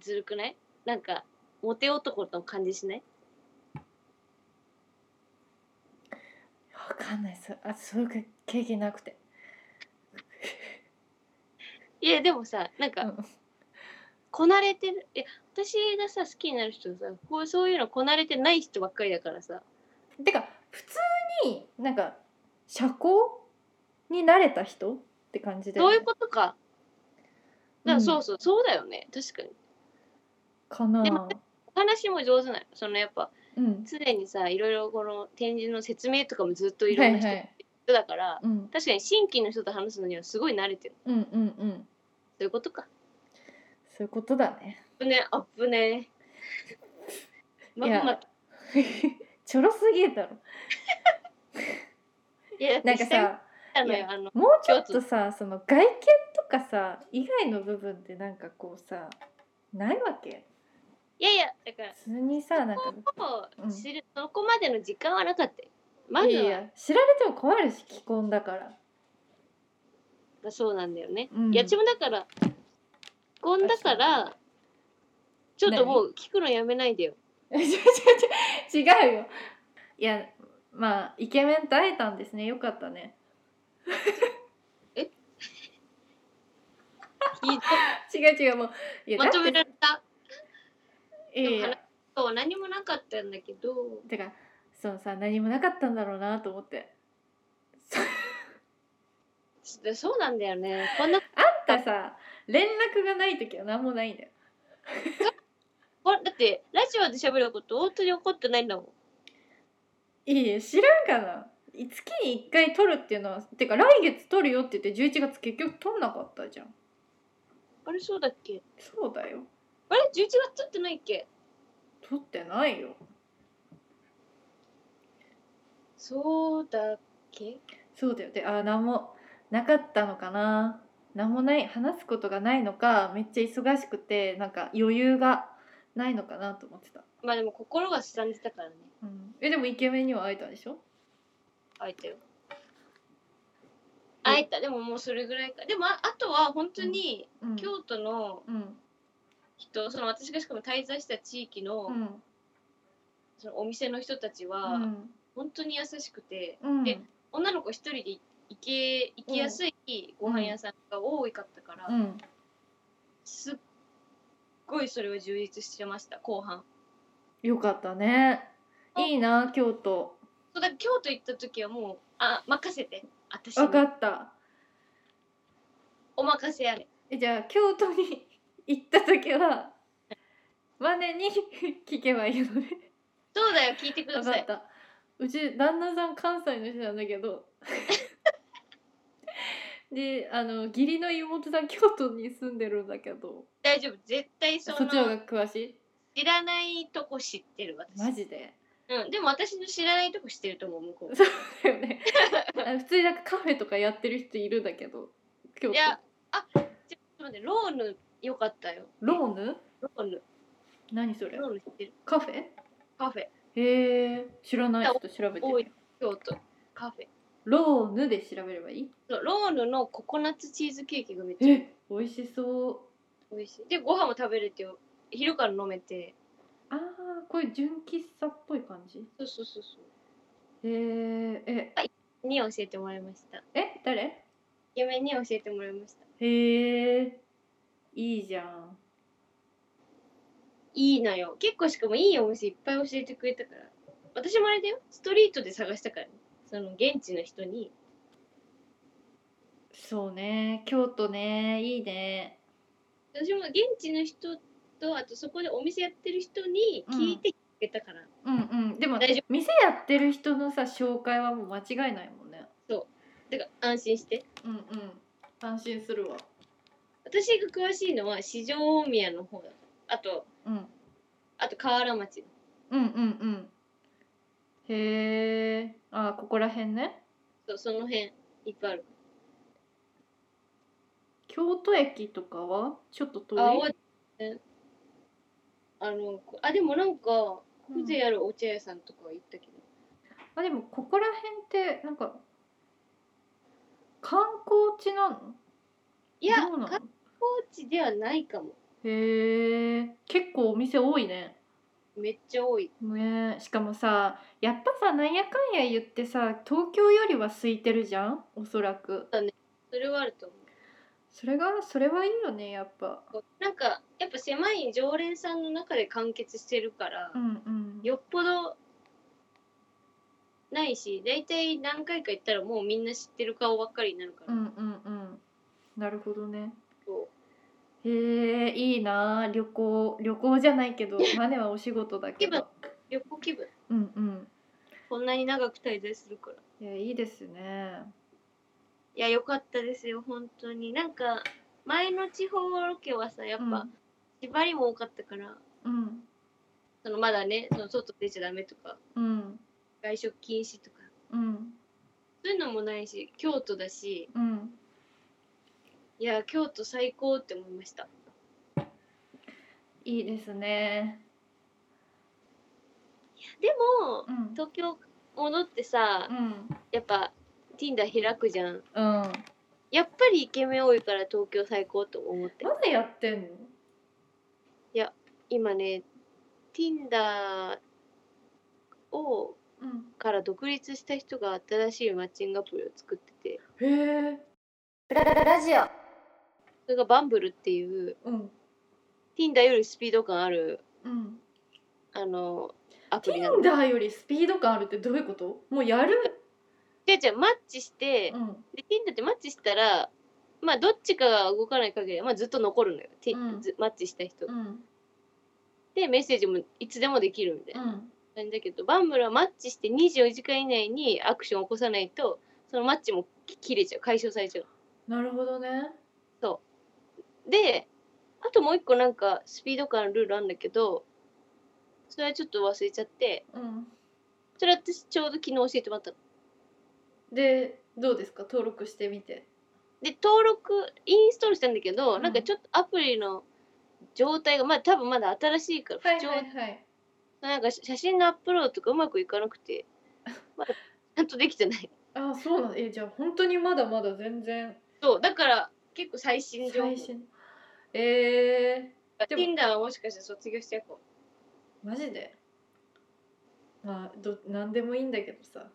[SPEAKER 1] ずるくないなんかモテ男の感じしない
[SPEAKER 2] わかんないそあそういう経験なくて
[SPEAKER 1] いやでもさなんか、
[SPEAKER 2] うん
[SPEAKER 1] こなれてるいや私がさ好きになる人さこうそういうのこなれてない人ばっかりだからさ
[SPEAKER 2] てか普通になんか社交に慣れた人って感じで、
[SPEAKER 1] そういうことかだから
[SPEAKER 2] ん
[SPEAKER 1] そうそう、そうだよね確かに
[SPEAKER 2] かな
[SPEAKER 1] でもお話も上手なのそのやっぱ
[SPEAKER 2] うん
[SPEAKER 1] 常にさいろいろこの展示の説明とかもずっといろ
[SPEAKER 2] は
[SPEAKER 1] んない人,、
[SPEAKER 2] はい
[SPEAKER 1] だから、
[SPEAKER 2] うん
[SPEAKER 1] 確かに新規の人と話すのにはすごい慣れてる
[SPEAKER 2] うんうんうん
[SPEAKER 1] そういうことか
[SPEAKER 2] そういうことだね。
[SPEAKER 1] あぶねあぶねま
[SPEAKER 2] い
[SPEAKER 1] あ
[SPEAKER 2] や
[SPEAKER 1] まあ
[SPEAKER 2] [LAUGHS] ちょろすぎるだろ。
[SPEAKER 1] いや
[SPEAKER 2] なんかさ、
[SPEAKER 1] あの
[SPEAKER 2] い
[SPEAKER 1] よ
[SPEAKER 2] や
[SPEAKER 1] あの
[SPEAKER 2] もうちょっとさ、その外見とかさ、以外の部分でなんかこうさ、ないわけ。
[SPEAKER 1] いやいやだから
[SPEAKER 2] 普通にさ、なんか、
[SPEAKER 1] を知る、そこまでの時間はなかったよま
[SPEAKER 2] い
[SPEAKER 1] ず
[SPEAKER 2] や
[SPEAKER 1] はい
[SPEAKER 2] や、知られても困るし、既婚だから。
[SPEAKER 1] まあそうなんだよね、
[SPEAKER 2] うん
[SPEAKER 1] いやちもだから既婚だからちょっともう聞くのやめないでよ
[SPEAKER 2] [LAUGHS] 違う違う違う違うよ。いや、まあ、イケメンと会えたんですね。よかったね。
[SPEAKER 1] 聞いて
[SPEAKER 2] 違う違う、もう。いや、
[SPEAKER 1] まと
[SPEAKER 2] だっ
[SPEAKER 1] め
[SPEAKER 2] て
[SPEAKER 1] られた
[SPEAKER 2] いやいや、
[SPEAKER 1] そう何もなかったんだけど
[SPEAKER 2] てか、そのさ、何もなかったんだろうなと思って。
[SPEAKER 1] そそうなんだよねこんな
[SPEAKER 2] あんたさ連絡がない時は何もないんだよ
[SPEAKER 1] こだってラジオで喋ること本当に怒ってないんだもん
[SPEAKER 2] いいえ知らんかな月に1回撮るっていうのはてか来月撮るよって言って11月結局撮んなかったじゃん
[SPEAKER 1] あれそうだっけ
[SPEAKER 2] そうだよ
[SPEAKER 1] あれ11月撮ってないっけ
[SPEAKER 2] 撮ってないよ
[SPEAKER 1] そうだっけ
[SPEAKER 2] そうだよであー何もなかったのかな何もない話すことがないのかめっちゃ忙しくてなんか余裕がないのかなと思ってた、
[SPEAKER 1] まあでも心がすさんでたからね
[SPEAKER 2] うん、えでもイケメンには会えたでしょ
[SPEAKER 1] 会えたよ会えたでももうそれぐらいかでもああとは本当に
[SPEAKER 2] うん
[SPEAKER 1] 京都の
[SPEAKER 2] うん
[SPEAKER 1] 人、その私がしかも滞在した地域の,、
[SPEAKER 2] うん
[SPEAKER 1] そのお店の人たちは、
[SPEAKER 2] うん
[SPEAKER 1] 本当に優しくて
[SPEAKER 2] うん
[SPEAKER 1] で女の子一人で行け行きやすいご飯屋さんが多かったから、
[SPEAKER 2] うん
[SPEAKER 1] すっごいそれは充実してました後半
[SPEAKER 2] よかったねいいな京都
[SPEAKER 1] そうだから京都行った時はもうあ任せて私に
[SPEAKER 2] 分かった
[SPEAKER 1] お任せやれ
[SPEAKER 2] えじゃあ京都に行った時はマネに [LAUGHS] 聞けばいいのね
[SPEAKER 1] そうだよ聞いてくだ
[SPEAKER 2] 分か
[SPEAKER 1] さ
[SPEAKER 2] っ
[SPEAKER 1] い
[SPEAKER 2] たうち旦那さん関西の人なんだ
[SPEAKER 1] [LAUGHS]
[SPEAKER 2] けどであの義理の妹さん京都に住んでるんだけど
[SPEAKER 1] 大丈夫絶対そ
[SPEAKER 2] そっちの方
[SPEAKER 1] の
[SPEAKER 2] が詳しい
[SPEAKER 1] 知らないとこ知ってる
[SPEAKER 2] マ
[SPEAKER 1] 私、
[SPEAKER 2] ジで
[SPEAKER 1] うん、でも私の知らないとこ知ってると思う向こう
[SPEAKER 2] だよ
[SPEAKER 1] [LAUGHS]
[SPEAKER 2] ねあ普通になんかカフェとかやってる人いるんだけど京都
[SPEAKER 1] いやあちょっと待ってローヌよかったよ
[SPEAKER 2] ローヌ
[SPEAKER 1] ローヌ
[SPEAKER 2] 何それ
[SPEAKER 1] ローヌ知ってる
[SPEAKER 2] カフェ
[SPEAKER 1] カフェ
[SPEAKER 2] へえ知らない人調べて
[SPEAKER 1] 多い
[SPEAKER 2] みる
[SPEAKER 1] 京都カフェ
[SPEAKER 2] ローヌで調べればいい
[SPEAKER 1] そうローヌのココナッツチーズケーキがめっちゃ
[SPEAKER 2] え美味しそう
[SPEAKER 1] 美味しいでご飯も食べれてよ昼から飲めて
[SPEAKER 2] あーこれ純喫茶っぽい感じ
[SPEAKER 1] そうそうそうそ
[SPEAKER 2] へええ
[SPEAKER 1] うに教えてもらいました
[SPEAKER 2] え誰
[SPEAKER 1] イケメンに教えてもらいました
[SPEAKER 2] へえいいじゃん
[SPEAKER 1] いいのよ結構しかもいいお店いっぱい教えてくれたから私もあれだよストリートで探したからねその現地の人に
[SPEAKER 2] そうね京都ねいいね
[SPEAKER 1] 私も現地の人とあとそこでお店やってる人に聞いてくれたから、
[SPEAKER 2] うんうんでも
[SPEAKER 1] 大丈
[SPEAKER 2] 店やってる人のさ紹介はもう間違いないもんね
[SPEAKER 1] だから安心して
[SPEAKER 2] うんうん安心するわ
[SPEAKER 1] 私が詳しいのは四条大宮の方だからあと
[SPEAKER 2] うん
[SPEAKER 1] あと河原町
[SPEAKER 2] うんうんうんへえあーここら辺ね
[SPEAKER 1] そうその辺いっぱいある
[SPEAKER 2] 京都駅とかはちょっと遠い
[SPEAKER 1] あわあのこあでもなんか風情あるお茶屋さんとかは行ったけど、
[SPEAKER 2] あでもここら辺ってなんか観光地なの
[SPEAKER 1] いや
[SPEAKER 2] どう
[SPEAKER 1] 観
[SPEAKER 2] なの
[SPEAKER 1] 光地ではないかも
[SPEAKER 2] へえ結構お店多いね
[SPEAKER 1] めっちゃ多い
[SPEAKER 2] ねえしかもさやっぱさなんやかんや言ってさ東京よりは空いてるじゃんおそらく
[SPEAKER 1] それはあると思う
[SPEAKER 2] それがそれはいいよねやっぱ
[SPEAKER 1] なんかやっぱ狭い常連さんの中で完結してるから、
[SPEAKER 2] うんうん
[SPEAKER 1] よっぽどないし大体何回か行ったらもうみんな知ってる顔ばっかりになるか
[SPEAKER 2] う
[SPEAKER 1] ら、
[SPEAKER 2] んうんうんなるほどね
[SPEAKER 1] そう
[SPEAKER 2] へえいいなあ旅行旅行じゃない
[SPEAKER 1] [LAUGHS]
[SPEAKER 2] けどマネはお仕事だけ
[SPEAKER 1] 気分
[SPEAKER 2] ど
[SPEAKER 1] 旅行気分
[SPEAKER 2] うんうん
[SPEAKER 1] こんなに長く滞在するから
[SPEAKER 2] いやいいですね
[SPEAKER 1] いや良かったですよ本当になんか前の地方ロケはさやっぱ縛りも多かったから、
[SPEAKER 2] うん
[SPEAKER 1] そのまだねその外出ちゃダメとか
[SPEAKER 2] うん
[SPEAKER 1] 外食禁止とか
[SPEAKER 2] うん
[SPEAKER 1] そういうのもないし京都だし
[SPEAKER 2] うん
[SPEAKER 1] いや京都最高って思いました
[SPEAKER 2] いいですね
[SPEAKER 1] でも
[SPEAKER 2] うん
[SPEAKER 1] 東京戻ってさ
[SPEAKER 2] うん
[SPEAKER 1] やっぱ Tinder 開くじゃん
[SPEAKER 2] うん
[SPEAKER 1] やっぱりイケメン多いから東京最高と思って
[SPEAKER 2] まだやってんの
[SPEAKER 1] 今ね Tinder を
[SPEAKER 2] うん
[SPEAKER 1] から独立した人が新しいマッチングアプリを作ってて
[SPEAKER 2] へえ
[SPEAKER 4] ララジオ
[SPEAKER 1] それがバンブルっていう
[SPEAKER 2] うん。
[SPEAKER 1] Tinder よりスピード感ある
[SPEAKER 2] うん。
[SPEAKER 1] あのアプリなの
[SPEAKER 2] Tinder よりスピード感あるってどういうこと？もうやる？
[SPEAKER 1] じゃあじゃあマッチして、
[SPEAKER 2] うん。
[SPEAKER 1] で Tinder ってマッチしたらまあどっちかが動かない限り、まあ、ずっと残るのよ、て
[SPEAKER 2] うん
[SPEAKER 1] ずマッチした人が、
[SPEAKER 2] うん。
[SPEAKER 1] でメッセージもいつでもできるみたいな
[SPEAKER 2] うん。
[SPEAKER 1] 感じだけどバンブルはマッチして24時間以内にアクションを起こさないとそのマッチも切れちゃう解消されちゃ
[SPEAKER 2] なるほどね。
[SPEAKER 1] うであともう一個なんかスピード感あるルールあるんだけどそれはちょっと忘れちゃって
[SPEAKER 2] うん。
[SPEAKER 1] それ私ちょうど昨日教えてもらったの
[SPEAKER 2] でどうですか？登録してみて。
[SPEAKER 1] で登録インストールしたんだけど、
[SPEAKER 2] うん
[SPEAKER 1] なんかちょっとアプリの状態がまあ多分まだ新しいから不調、
[SPEAKER 2] はい。
[SPEAKER 1] なんか写真のアップロードとかうまくいかなくてまだちゃんとできてない
[SPEAKER 2] あそうなんだ。えじゃあ本当にまだまだ全然
[SPEAKER 1] そうだから結構最新情報
[SPEAKER 2] 最新。え
[SPEAKER 1] Tinder はもしかしたら卒業しちゃうかも
[SPEAKER 2] ー、マジで。まあどなんでもいいんだけどさ。 [LAUGHS]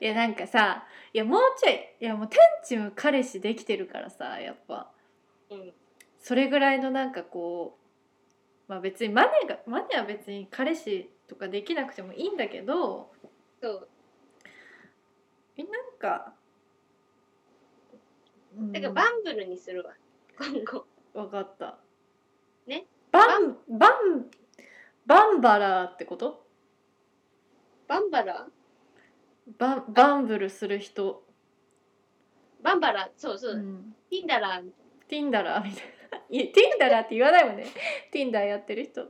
[SPEAKER 2] いやなんかさいやもうちょいいやもう天地も彼氏できてるからさやっぱ
[SPEAKER 1] うん。
[SPEAKER 2] それぐらいのなんかこうまあ別にマネがマネは別に彼氏とかできなくてもいいんだけど
[SPEAKER 1] そう。
[SPEAKER 2] なんか、うん
[SPEAKER 1] だからバンブルにするわ。今後。
[SPEAKER 2] わかった。
[SPEAKER 1] ね
[SPEAKER 2] バン、バン、バンバラーってこと
[SPEAKER 1] バンバラ
[SPEAKER 2] バン、バンブルする人。
[SPEAKER 1] バンバラそうそうう。
[SPEAKER 2] ん。
[SPEAKER 1] ティンダラー
[SPEAKER 2] ティンダラーみたいな。いや、ティンダラーって言わないもんね。ティンダーやってる人。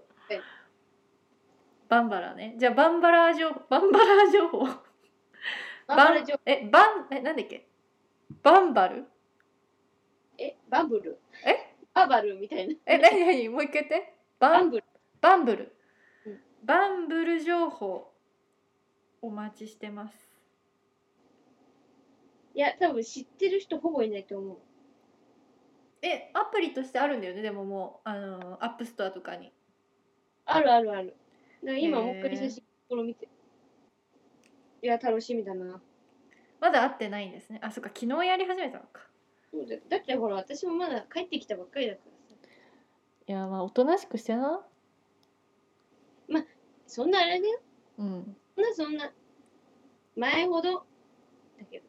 [SPEAKER 2] バンバラーね。じゃあ、バンバラー情バンバラー情報。
[SPEAKER 1] バンバラ情
[SPEAKER 2] え、バン、え、なんだっけバンバル
[SPEAKER 1] え、バブル
[SPEAKER 2] え
[SPEAKER 1] ババルみたいな。
[SPEAKER 2] え、なになにもう一回言って。バ
[SPEAKER 1] バ
[SPEAKER 2] ン
[SPEAKER 1] ンブル。
[SPEAKER 2] バンブル
[SPEAKER 1] うん。
[SPEAKER 2] バンブル情報。お待ちしてます。
[SPEAKER 1] いや、多分知ってる人ほぼいないと思う。
[SPEAKER 2] え、アプリとしてあるんだよね。でももう、あの、アップストアとかに。
[SPEAKER 1] あるあるある。だから今
[SPEAKER 2] へー
[SPEAKER 1] もう一回写真これ見て。いや、楽しみだな。
[SPEAKER 2] まだ会ってないんですね。あ、そっか。昨日やり始めたのか。
[SPEAKER 1] そうだよだってほら、私もまだ帰ってきたばっかりだからさ。
[SPEAKER 2] いや、まあ、おとなしくしてな。
[SPEAKER 1] そんなあれだよ。
[SPEAKER 2] うん。
[SPEAKER 1] そんなそんな。前ほど。だけど。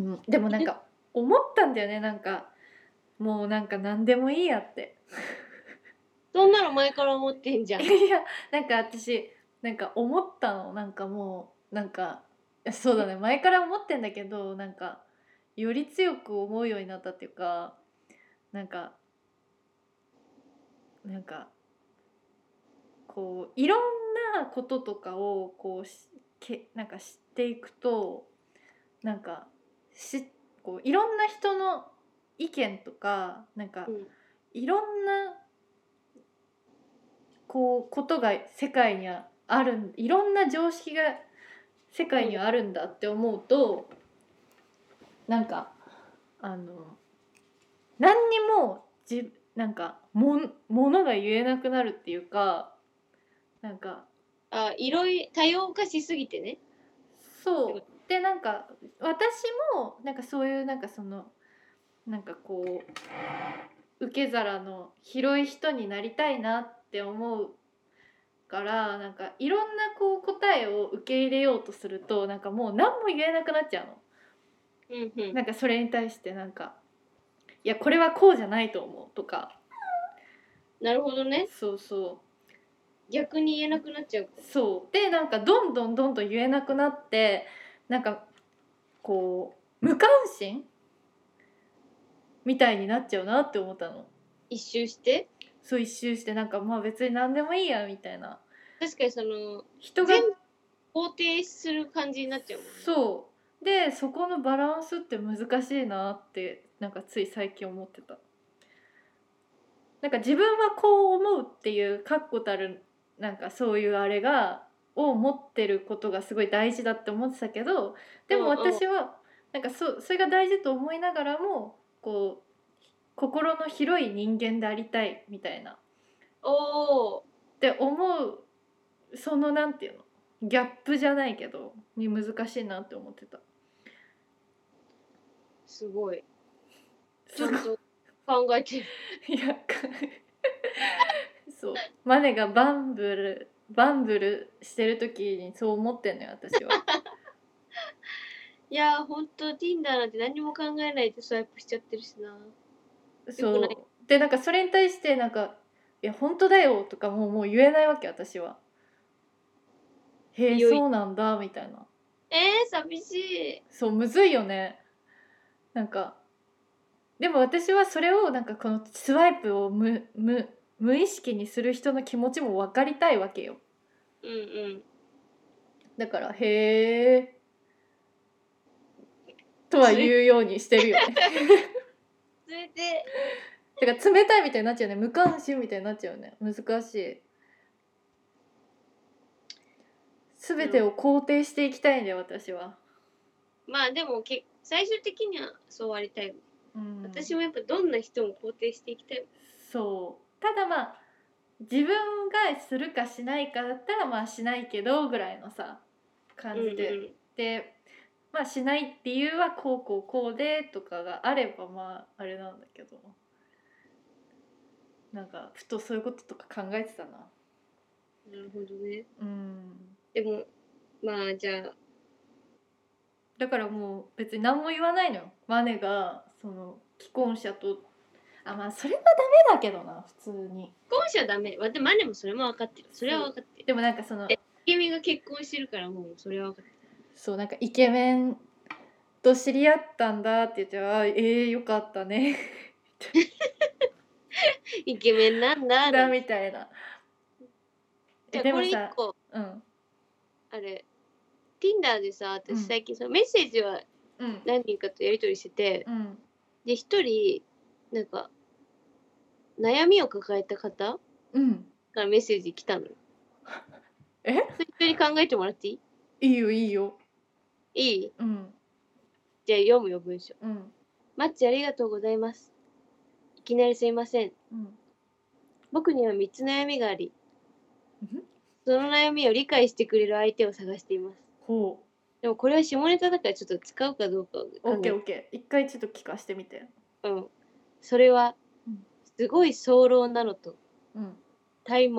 [SPEAKER 2] うん、でもなんか、思ったんだよね。なんか、もうなんか何でもいいやって。
[SPEAKER 1] そんなの前から思ってんじゃん。
[SPEAKER 2] いやなんか私なんか思ったのなんかもうなんかいやそうだね前から思ってんだけどなんかより強く思うようになったっていうかなんかなんかこういろんなこととかをこうしけなんか知っていくとなんかしこういろんな人の意見とかなんか、
[SPEAKER 1] うん
[SPEAKER 2] いろんなこうことが世界にはあるんいろんな常識が世界にはあるんだって思うと、なんかあの何にもじなんかもんものが言えなくなるっていうかなんか
[SPEAKER 1] あ、いろいろ多様化しすぎてね。
[SPEAKER 2] そうでなんか私もなんかそういうなんかそのなんかこう受け皿の広い人になりたいなって思うからなんかいろんなこう答えを受け入れようとするとなんかもう何も言えなくなっちゃうの。
[SPEAKER 1] うんうん。
[SPEAKER 2] なんかそれに対してなんか「いやこれはこうじゃないと思う」とか
[SPEAKER 1] なるほどね。
[SPEAKER 2] そうそう
[SPEAKER 1] 逆に言えなくなっちゃう。
[SPEAKER 2] そうでなんかどんどんどんどん言えなくなってなんかこう無関心みたいになっちゃうなって思ったの
[SPEAKER 1] 一周して。
[SPEAKER 2] そう一周してなんかまあ別に何でもいいやみたいな
[SPEAKER 1] 確かにその、
[SPEAKER 2] 人が
[SPEAKER 1] 全部肯定する感じになっちゃうもんね。
[SPEAKER 2] そうでそこのバランスって難しいなってなんかつい最近思ってたなんか自分はこう思うっていう確固たるなんかそういうあれがを持ってることがすごい大事だって思ってたけどでも
[SPEAKER 1] うんうん
[SPEAKER 2] 私はなんかそそれが大事と思いながらもこう心の広い人間でありたいみたいな
[SPEAKER 1] おお。
[SPEAKER 2] って思うそのなんていうのギャップじゃないけどに難しいなって思ってた。
[SPEAKER 1] すごい。ち
[SPEAKER 2] す
[SPEAKER 1] ゃ
[SPEAKER 2] ごい
[SPEAKER 1] んと考えてる。
[SPEAKER 2] い [LAUGHS] やかそうマネがバンブルバンブルしてる時にそう思ってんのよ
[SPEAKER 1] [LAUGHS]
[SPEAKER 2] 私は
[SPEAKER 1] いやー、ほんと、Tinder なんて何も考えないでスワイプしちゃってるしな。
[SPEAKER 2] そ
[SPEAKER 1] よく
[SPEAKER 2] う
[SPEAKER 1] ない
[SPEAKER 2] でなんかそれに対してなんか「いや本当だよ」とかもうもう言えないわけ私は「へえ
[SPEAKER 1] いよい
[SPEAKER 2] そうなんだ」みたいな
[SPEAKER 1] えー、寂しい。
[SPEAKER 2] そうむずいよねなんかでも私はそれをなんかこのスワイプを無無無意識にする人の気持ちも分かりたいわけよ
[SPEAKER 1] うんうん。
[SPEAKER 2] だから「へえ」とは言うようにしてる
[SPEAKER 1] [LAUGHS]
[SPEAKER 2] よね。
[SPEAKER 1] 連れて、
[SPEAKER 2] だから冷たいみたいになっちゃうね無関心みたいになっちゃうね難しい。すべてを肯定していきたいんだよ私は。
[SPEAKER 1] まあでもけ、最終的にはそうありたい。
[SPEAKER 2] うん、
[SPEAKER 1] 私もやっぱどんな人も肯定していきたい。
[SPEAKER 2] そうただまあ自分がするかしないかだったらまあしないけどぐらいのさ
[SPEAKER 1] う
[SPEAKER 2] 感
[SPEAKER 1] んう
[SPEAKER 2] じで、
[SPEAKER 1] ん。
[SPEAKER 2] でまあしない理由はこうこうこうでとかがあればまああれなんだけどなんかふとそういうこととか考えてたな
[SPEAKER 1] なるほどね。
[SPEAKER 2] うん
[SPEAKER 1] でも、まあじゃあ、
[SPEAKER 2] だからもう別に何も言わないのよマネがその既婚者とあまあそれはダメだけどな普通に
[SPEAKER 1] 婚者はダメ。わてマネもそれも分かってる。それは分かってる。
[SPEAKER 2] でもなんかその
[SPEAKER 1] 君が結婚してるからもうそれは分かってる。
[SPEAKER 2] そうなんかイケメンと知り合ったんだって言って「あーえー、よかったね」
[SPEAKER 1] イケメンなんだ。
[SPEAKER 2] [LAUGHS] だみたいな。
[SPEAKER 1] じ
[SPEAKER 2] え
[SPEAKER 1] ゃあ
[SPEAKER 2] で
[SPEAKER 1] こ
[SPEAKER 2] も
[SPEAKER 1] れ一
[SPEAKER 2] さ、
[SPEAKER 1] 個、
[SPEAKER 2] うん、
[SPEAKER 1] あれ、Tinder でさ、
[SPEAKER 2] うん
[SPEAKER 1] 私最近そのメッセージは
[SPEAKER 2] うん、
[SPEAKER 1] 何人かとやり取りしてて、
[SPEAKER 2] うん、
[SPEAKER 1] で、一人、なんか、悩みを抱えた方
[SPEAKER 2] うん、
[SPEAKER 1] からメッセージ来たの。
[SPEAKER 2] [LAUGHS] え
[SPEAKER 1] それ一緒に考えてもらってい
[SPEAKER 2] いいよいいよ、
[SPEAKER 1] いいい
[SPEAKER 2] うん、
[SPEAKER 1] じゃあ読むよ、文章。
[SPEAKER 2] うん、
[SPEAKER 1] マッチありがとうございます。いきなりすいません。
[SPEAKER 2] うん、
[SPEAKER 1] 僕には3つ悩みがあり
[SPEAKER 2] うん、
[SPEAKER 1] その悩みを理解してくれる相手を探しています。
[SPEAKER 2] ほ
[SPEAKER 1] でもこれは下ネタだからちょっと使うかどうかを考え
[SPEAKER 2] う、オッケーオッケー、一回ちょっと聞かしてみて、
[SPEAKER 1] うん。それは
[SPEAKER 2] うん、
[SPEAKER 1] すごい早漏なのと、
[SPEAKER 2] うん、
[SPEAKER 1] 体毛、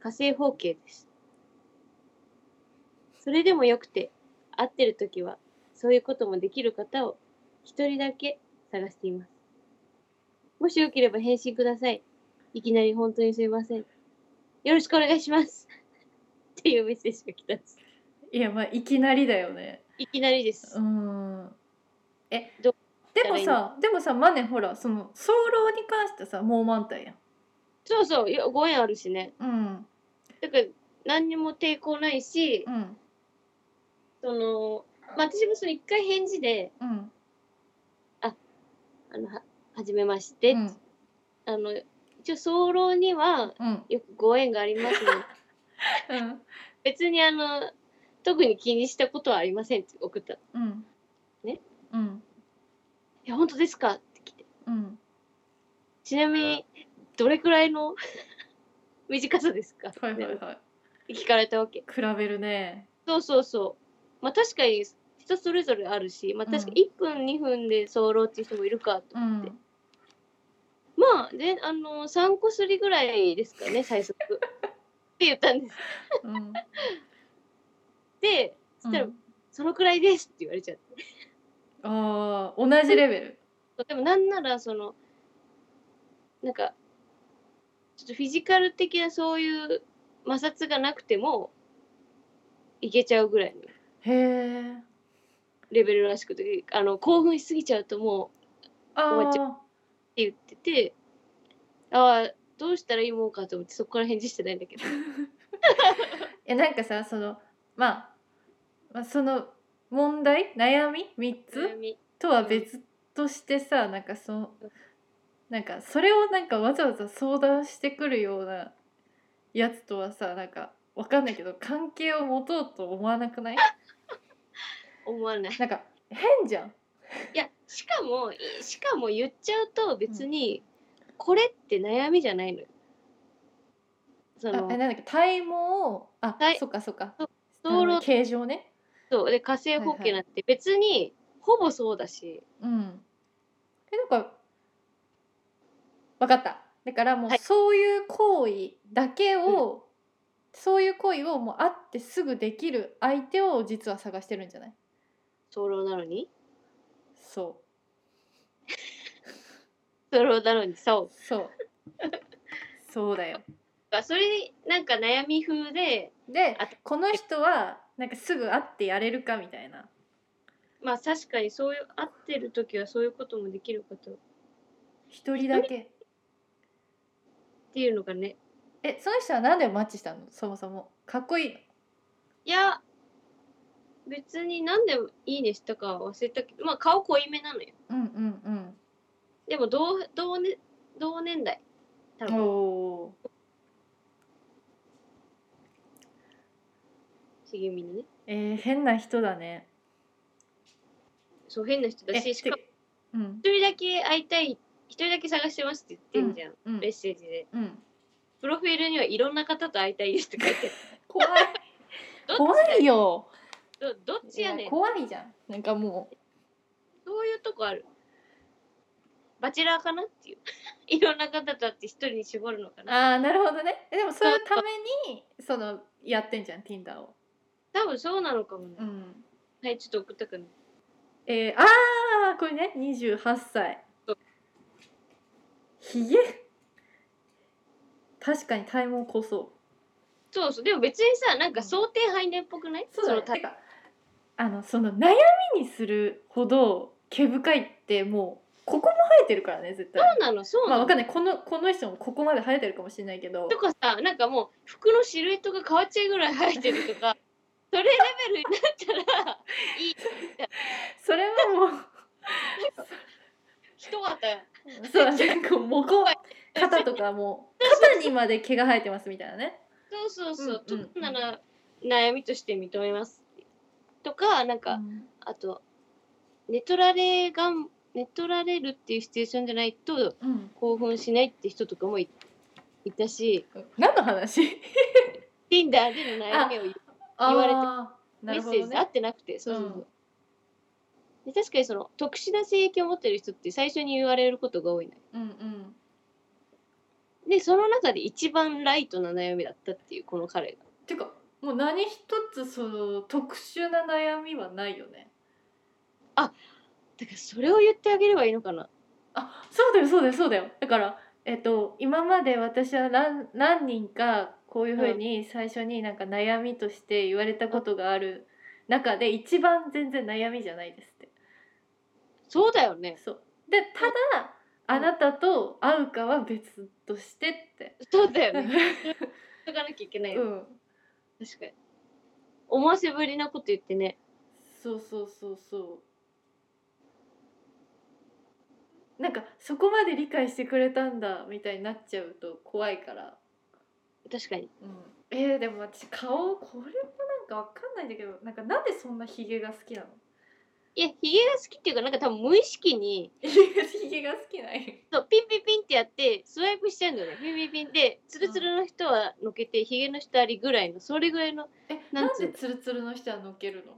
[SPEAKER 1] 火星方形です。それでもよくて、会ってる時は、そういうこともできる方を一人だけ探しています。もしよければ返信ください。いきなり本当にすいません。よろしくお願いします。っていうメッセージが来たんです。
[SPEAKER 2] いやまあいきなりだよね、
[SPEAKER 1] いきなりです。
[SPEAKER 2] うん、え、
[SPEAKER 1] どう
[SPEAKER 2] でもさ、でもさ、マネほらその早漏に関してさ、もう満タンやん、
[SPEAKER 1] そうそう、いやご縁あるしね。
[SPEAKER 2] うん、
[SPEAKER 1] だから、何にも抵抗ないし、
[SPEAKER 2] うん、
[SPEAKER 1] その、まあ、私もその一回返事で、
[SPEAKER 2] うん、
[SPEAKER 1] あの、は、はじめまし
[SPEAKER 2] う
[SPEAKER 1] て、
[SPEAKER 2] ん、
[SPEAKER 1] あの、一応、早漏には
[SPEAKER 2] うん、
[SPEAKER 1] よくご縁があります
[SPEAKER 2] [LAUGHS]
[SPEAKER 1] ので、
[SPEAKER 2] うん、
[SPEAKER 1] 別にあの、特に気にしたことはありませんって送った。い
[SPEAKER 2] うん、
[SPEAKER 1] ね、
[SPEAKER 2] うん、
[SPEAKER 1] や、本当ですかって来て。
[SPEAKER 2] うん、
[SPEAKER 1] ちなみに、どれくらいの [LAUGHS] 短さですか
[SPEAKER 2] はいはいはい、
[SPEAKER 1] って聞かれたわけ。
[SPEAKER 2] 比べるね、
[SPEAKER 1] そうそうそう。まあ、確かに、人それぞれあるし、まあ、確か
[SPEAKER 2] う
[SPEAKER 1] 1分、2分で早漏っていう人もいるかと。
[SPEAKER 2] うん。
[SPEAKER 1] まあ、で、あの、3個すりぐらいですかね、最速。って言ったんです。
[SPEAKER 2] うん
[SPEAKER 1] で、そしたら、そのくらいですって言われちゃって。
[SPEAKER 2] ああ同じレベル。
[SPEAKER 1] でもなんならそのなんかちょっとフィジカル的なそういう摩擦がなくてもいけちゃうぐらいの
[SPEAKER 2] へえ。
[SPEAKER 1] レベルらしくてあの興奮しすぎちゃうともう終わっち
[SPEAKER 2] あ
[SPEAKER 1] って言っててああどうしたらいいもんかと思ってそこから返事してないんだけど
[SPEAKER 2] あ。えなんかさそのまあ、まあ、その問題悩み三
[SPEAKER 1] 悩
[SPEAKER 2] つ
[SPEAKER 1] み
[SPEAKER 2] とは別としてさなんかそのなんかそれをなんかわざわざ相談してくるようなやつとはさなんかわかんないけど関係を持とうと思わなくない？
[SPEAKER 1] 思わない
[SPEAKER 2] なんか変じゃん。
[SPEAKER 1] いやしかもいしかも言っちゃうと別に、これって悩みじゃないのよそ
[SPEAKER 2] あ
[SPEAKER 1] の
[SPEAKER 2] えなんだっけ体毛をあ、
[SPEAKER 1] はい
[SPEAKER 2] そっかそっか。
[SPEAKER 1] 道路
[SPEAKER 2] 形状ね。
[SPEAKER 1] そうで火星ホッケーなんて別にほぼそうだし、
[SPEAKER 2] うん。えなんか分かった。だからもう
[SPEAKER 1] はい
[SPEAKER 2] そういう行為だけを、そういう行為をもう会ってすぐできる相手を実は探してるんじゃない
[SPEAKER 1] 早漏なのに
[SPEAKER 2] そ
[SPEAKER 1] 早漏なのにそう
[SPEAKER 2] う
[SPEAKER 1] [LAUGHS]
[SPEAKER 2] そうそうだよ。
[SPEAKER 1] あそれになんか悩み風で
[SPEAKER 2] で
[SPEAKER 1] あと
[SPEAKER 2] この人はなんかすぐ会ってやれるかみたいな。
[SPEAKER 1] まあ確かにそういう合ってる時はそういうこともできることっ
[SPEAKER 2] 一人だけ。
[SPEAKER 1] ていうのがね
[SPEAKER 2] えその人はなんでマッチしたのそもそも。かっこいい。
[SPEAKER 1] いや別に何でいいねしたかは忘れたけどまあ顔濃いめなのよ
[SPEAKER 2] うんうん
[SPEAKER 1] でも同同,、ね、同年代多
[SPEAKER 2] うん。お
[SPEAKER 1] 分
[SPEAKER 2] おー。
[SPEAKER 1] 茂みにね
[SPEAKER 2] えー、変な人だね。
[SPEAKER 1] そう変な人だし
[SPEAKER 2] え
[SPEAKER 1] しかも
[SPEAKER 2] てうん
[SPEAKER 1] 一人だけ会いたい一人だけ探してますって言ってんじゃん、
[SPEAKER 2] うん
[SPEAKER 1] メッセージで
[SPEAKER 2] うん。
[SPEAKER 1] プロフ
[SPEAKER 2] [LAUGHS]
[SPEAKER 1] ィールにはいろんな方と会いたいですって書いてある。
[SPEAKER 2] 怖い。
[SPEAKER 1] どっち
[SPEAKER 2] 怖いよ
[SPEAKER 1] ど
[SPEAKER 2] [LAUGHS]
[SPEAKER 1] どっちやねん
[SPEAKER 2] 怖いじゃん
[SPEAKER 5] なんかも
[SPEAKER 1] そういうとこあるバチェラーかなっていう [LAUGHS] いろんな方たち一人に絞るのかな
[SPEAKER 2] ああなるほどねえでもそういうためにそのやってんじゃん Tinder を
[SPEAKER 1] 多分そうなのかもね、
[SPEAKER 2] うん
[SPEAKER 1] はいちょっと送ったくね
[SPEAKER 2] えー、ああこれね28歳
[SPEAKER 1] そう
[SPEAKER 2] ひげ確かに体毛こそ
[SPEAKER 1] そうそうでも別にさなんか想定範囲内っぽくない、
[SPEAKER 2] そうだね
[SPEAKER 1] のた
[SPEAKER 2] てかあのその悩みにするほど毛深いってもうここも生えてるからね絶対
[SPEAKER 1] そうなのそう
[SPEAKER 2] まあ
[SPEAKER 1] なの、
[SPEAKER 2] わかんないこのこの人もここまで生えてるかもしれないけど
[SPEAKER 1] とかさなんかもう服のシルエットが変わっちゃうぐらい生えてる
[SPEAKER 2] [LAUGHS]
[SPEAKER 1] とかそれレベルになったら
[SPEAKER 2] それはもう
[SPEAKER 1] 一股
[SPEAKER 2] そう [LAUGHS] なんかもこ肩とかもう肩にまで毛が生えてますみたいなね
[SPEAKER 1] そうそうそう、
[SPEAKER 2] うんうんうん
[SPEAKER 1] とかなら悩みとして認めますとかなんか、あと寝取られがん寝取られるっていうシチュエーションじゃないと
[SPEAKER 2] うん
[SPEAKER 1] 興奮しないって人とかもいいたし
[SPEAKER 2] 何の
[SPEAKER 1] [LAUGHS]
[SPEAKER 2] 話
[SPEAKER 1] Tinder での悩みを言う言われて
[SPEAKER 2] あーな
[SPEAKER 1] メ
[SPEAKER 2] る
[SPEAKER 1] ッ
[SPEAKER 2] ほ
[SPEAKER 1] セー
[SPEAKER 2] ど
[SPEAKER 1] ジで合
[SPEAKER 2] ね
[SPEAKER 1] ってなくてそうそうそう
[SPEAKER 2] う
[SPEAKER 1] で
[SPEAKER 2] ん
[SPEAKER 1] 確かにその特殊な性癖を持ってる人って最初に言われることが多いのよ
[SPEAKER 2] うんうん
[SPEAKER 1] でその中で一番ライトな悩みだったっていうこの彼が
[SPEAKER 2] てかもう何一つその特殊な悩みはないよね
[SPEAKER 1] だからそれを言ってあげればいいのかな
[SPEAKER 2] あそうだよそうだよそうだよだからえっと今まで私は何何人かこういうふうに最初になんか悩みとして言われたことがある中で一番全然悩みじゃないですって
[SPEAKER 1] そうだよね
[SPEAKER 2] そうでただあなたと会うかは別としてって、
[SPEAKER 1] そうだよね言っとかなきゃいけないよ、
[SPEAKER 2] [LAUGHS] うん
[SPEAKER 1] 確かに思わせぶりなこと言ってね
[SPEAKER 2] そうそうそうそうなんかそこまで理解してくれたんだみたいになっちゃうと怖いから、
[SPEAKER 1] 確かに
[SPEAKER 2] うん、えー、でも私顔これもなんかわかんないんだけどなんかなんでそんなヒゲが好きなの
[SPEAKER 1] いや、ヒゲが好きっていうか、なんか多分無意識に、
[SPEAKER 2] ヒゲが好きない
[SPEAKER 1] そうピンピンピンってやって、スワイプしちゃうんだよね。ピンピンピンで、ツルツルの人はのけて、ヒゲの人ありぐらいの、それぐらいの、
[SPEAKER 2] え
[SPEAKER 1] な
[SPEAKER 2] なんん
[SPEAKER 1] つう
[SPEAKER 2] でツルツルの人はのっけるの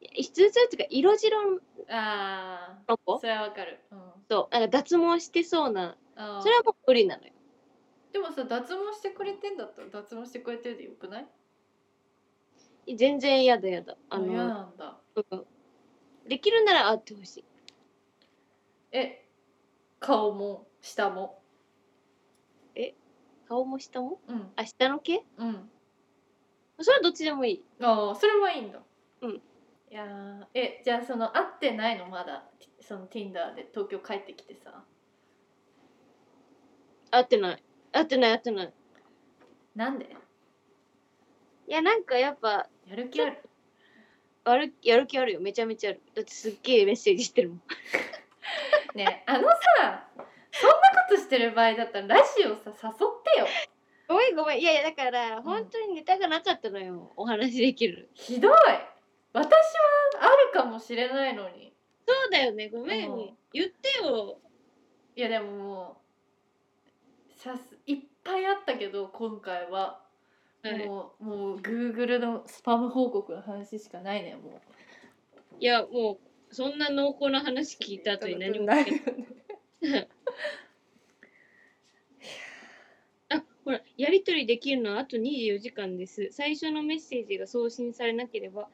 [SPEAKER 1] いやツルツルっていうか、色白
[SPEAKER 2] あ
[SPEAKER 1] の
[SPEAKER 2] ー
[SPEAKER 1] 子
[SPEAKER 2] それはわかる、うん、
[SPEAKER 1] そう、なんか脱毛してそうな、
[SPEAKER 2] あー
[SPEAKER 1] それはもう無理なのよ。
[SPEAKER 2] でもさ脱毛してくれてんだったら脱毛してくれてるでよくない
[SPEAKER 1] 全然嫌だ嫌だ。あ
[SPEAKER 2] あ嫌
[SPEAKER 1] の、
[SPEAKER 2] なんだ
[SPEAKER 1] うんできるなら会ってほしい。
[SPEAKER 2] え顔も下も
[SPEAKER 1] 顔も下も
[SPEAKER 2] うん
[SPEAKER 1] あ、下の毛
[SPEAKER 2] うん
[SPEAKER 1] それはどっちでもいい。
[SPEAKER 2] ああそれはいいんだ
[SPEAKER 1] うん
[SPEAKER 2] いやーえじゃあその会ってないのまだその Tinder で東京帰ってきてさ
[SPEAKER 1] 会ってない。会ってない会ってない。
[SPEAKER 2] なんで
[SPEAKER 1] いや、なんかやっぱ、
[SPEAKER 2] やる気ある
[SPEAKER 1] あるやる気あるよ。めちゃめちゃある。だってすっげえメッセージしてるもん。
[SPEAKER 2] ねえあのさそんなことしてる場合だったらラジオさ誘ってよ
[SPEAKER 1] ごめんごめんいやいやだから、
[SPEAKER 2] ん
[SPEAKER 1] 本当にネタがなかったのよお話できる
[SPEAKER 2] ひどい私はあるかもしれないのに
[SPEAKER 1] そうだよねごめん、
[SPEAKER 2] うん
[SPEAKER 1] 言ってよ
[SPEAKER 2] いやでももうさすいっぱいあったけど今回は、
[SPEAKER 1] はい
[SPEAKER 2] もうもう Google のスパム報告の話しかないねも
[SPEAKER 1] いやもうそんな濃厚な話聞いた後に何も
[SPEAKER 2] ない
[SPEAKER 1] 聞け
[SPEAKER 2] [LAUGHS]
[SPEAKER 1] ないあほらやり取りできるのはあと24時間です最初のメッセージが送信されなければ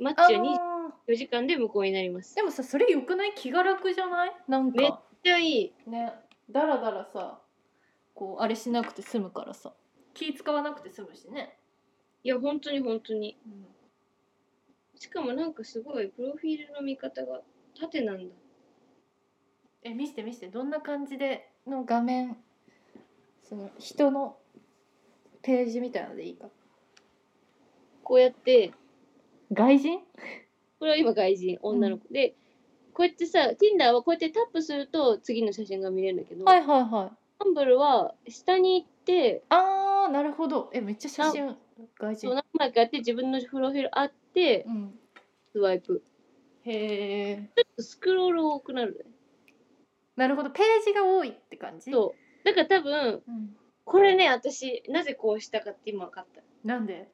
[SPEAKER 1] マッチは
[SPEAKER 2] う
[SPEAKER 1] 24時間で無効になります
[SPEAKER 2] でもさそれよくない気が楽じゃないなん
[SPEAKER 1] めっ
[SPEAKER 2] か
[SPEAKER 1] じゃあいい
[SPEAKER 2] ねだらだらさこうあれしなくて済むからさ気使わなくて済むしね、
[SPEAKER 1] いや本当に本当に
[SPEAKER 2] うん、
[SPEAKER 1] しかもなんかすごいプロフィールの見方が縦なんだ
[SPEAKER 2] え見して見してどんな感じでの画面その人のページみたいなのでいいか
[SPEAKER 1] こうやって
[SPEAKER 2] 外人
[SPEAKER 1] これは今外人女の子、でこうやってさ Tinder はこうやってタップすると次の写真が見れるんだけど、
[SPEAKER 2] はいはいはい
[SPEAKER 1] アンブルは下に行って
[SPEAKER 2] あーなるほどえめっちゃ写真
[SPEAKER 1] そ
[SPEAKER 2] 外
[SPEAKER 1] う
[SPEAKER 2] 人
[SPEAKER 1] 何枚かやって自分のプロフィールあって
[SPEAKER 2] うん
[SPEAKER 1] スワイプ
[SPEAKER 2] へえ
[SPEAKER 1] スクロール多くなる
[SPEAKER 2] なるほどページが多いって感じ
[SPEAKER 1] ねそうだから多分
[SPEAKER 2] うん、
[SPEAKER 1] これね私なぜこうしたかって今分かった
[SPEAKER 2] なんで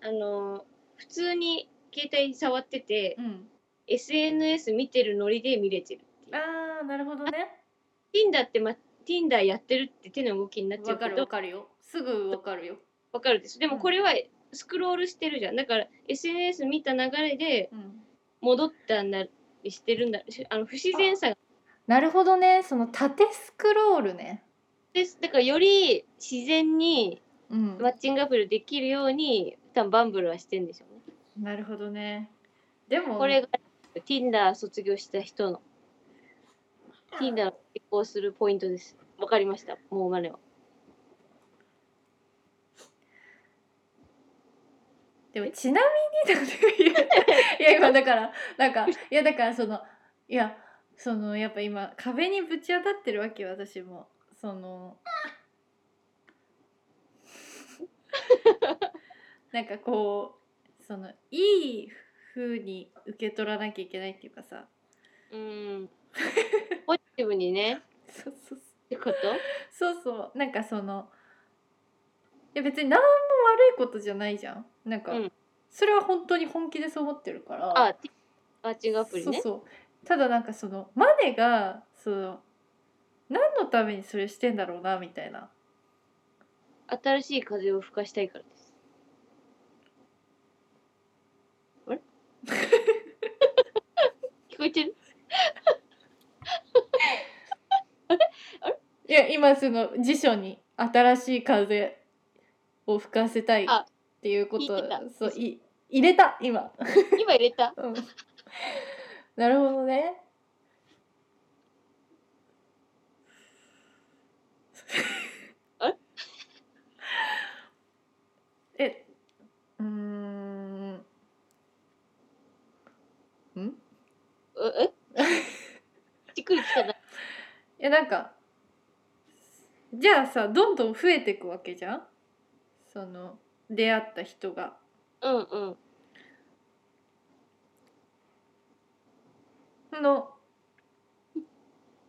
[SPEAKER 1] あのー普通に携帯触ってて、
[SPEAKER 5] うん。
[SPEAKER 1] SNS 見てるノリで見れてるっていう。
[SPEAKER 2] あーなるほどね
[SPEAKER 1] Tinder って、ま、Tinder やってるって手の動きになっちゃ
[SPEAKER 2] わ
[SPEAKER 1] うけ
[SPEAKER 2] か
[SPEAKER 1] ど
[SPEAKER 2] るわかるよすぐわかるよ
[SPEAKER 1] わかるです。で
[SPEAKER 2] う
[SPEAKER 1] も
[SPEAKER 2] ん
[SPEAKER 1] これはスクロールしてるじゃん。だから SNS 見た流れで
[SPEAKER 5] うん。
[SPEAKER 1] 戻ったなりしてるんだ。しあの不自然さが
[SPEAKER 2] なるほどねその縦スクロールね
[SPEAKER 1] です。だからより自然に
[SPEAKER 2] うん
[SPEAKER 1] マッチングアプリをできるように多分バンブルはしてんでしょうね。
[SPEAKER 2] なるほどねでも
[SPEAKER 1] これが Tinder 卒業した人の Tinder を移行するポイントです。わかりました。もう真似は。
[SPEAKER 2] でもちなみにだっていういや今だからなんかいやだからそのいやそのやっぱ今壁にぶち当たってるわけよ私もその [LAUGHS] なんかこうそのいい風に受け取らなきゃいけないっていうかさ
[SPEAKER 1] うん。ポジティブにね。
[SPEAKER 2] そうそう
[SPEAKER 1] ってこと
[SPEAKER 2] そうそうなんかそのいや別に何も悪いことじゃないじゃんなんか、
[SPEAKER 1] うん
[SPEAKER 2] それは本当に本気でそう思ってるから
[SPEAKER 1] あ、Tinder マッチングアプリね。
[SPEAKER 2] そうそうただなんかそのマネがその何のためにそれしてんだろうなみたいな
[SPEAKER 1] 新しい風を吹かしたいからです。あ [LAUGHS] れ聞こえてる
[SPEAKER 2] いや今その辞書に「新しい風を吹かせたい」
[SPEAKER 1] あ
[SPEAKER 2] っていうこと
[SPEAKER 1] 聞いてた
[SPEAKER 2] そうい入れた今、
[SPEAKER 1] 今入れた
[SPEAKER 2] うんなるほどね
[SPEAKER 1] あれ
[SPEAKER 2] えうーんん
[SPEAKER 1] ええじっくり来たな。
[SPEAKER 2] いやなんかじゃあさどんどん増えていくわけじゃんその出会った人が。
[SPEAKER 1] うんうん。
[SPEAKER 2] の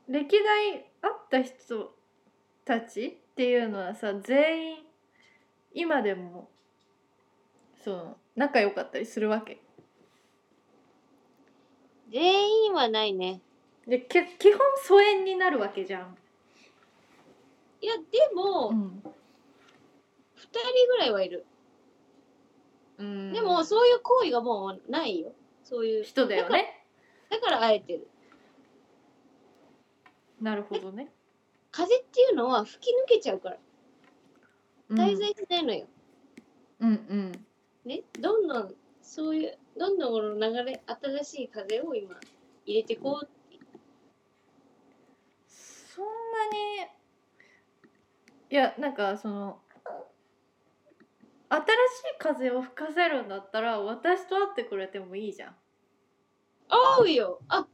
[SPEAKER 2] 歴代会った人たちっていうのはさ全員今でもその仲良かったりするわけ
[SPEAKER 1] 全員はないね。
[SPEAKER 2] でけ基本疎遠になるわけじゃん、
[SPEAKER 1] いや、でも、
[SPEAKER 2] ん、
[SPEAKER 1] 二人ぐらいはいる。
[SPEAKER 2] うん
[SPEAKER 1] でも、そういう行為がもうないよ。そういう。
[SPEAKER 2] 人だよね
[SPEAKER 1] だから会えてる。
[SPEAKER 2] なるほどね、
[SPEAKER 1] 風っていうのは吹き抜けちゃうから。
[SPEAKER 2] うん、
[SPEAKER 1] 滞在しないのよ。
[SPEAKER 2] うんうん
[SPEAKER 1] ね、どんどんそういうどんどんこの流れ新しい風を今入れてこう、
[SPEAKER 2] そんなにいやなんかその新しい風を吹かせるんだったら私と会ってくれてもいいじゃん
[SPEAKER 1] 合うよあ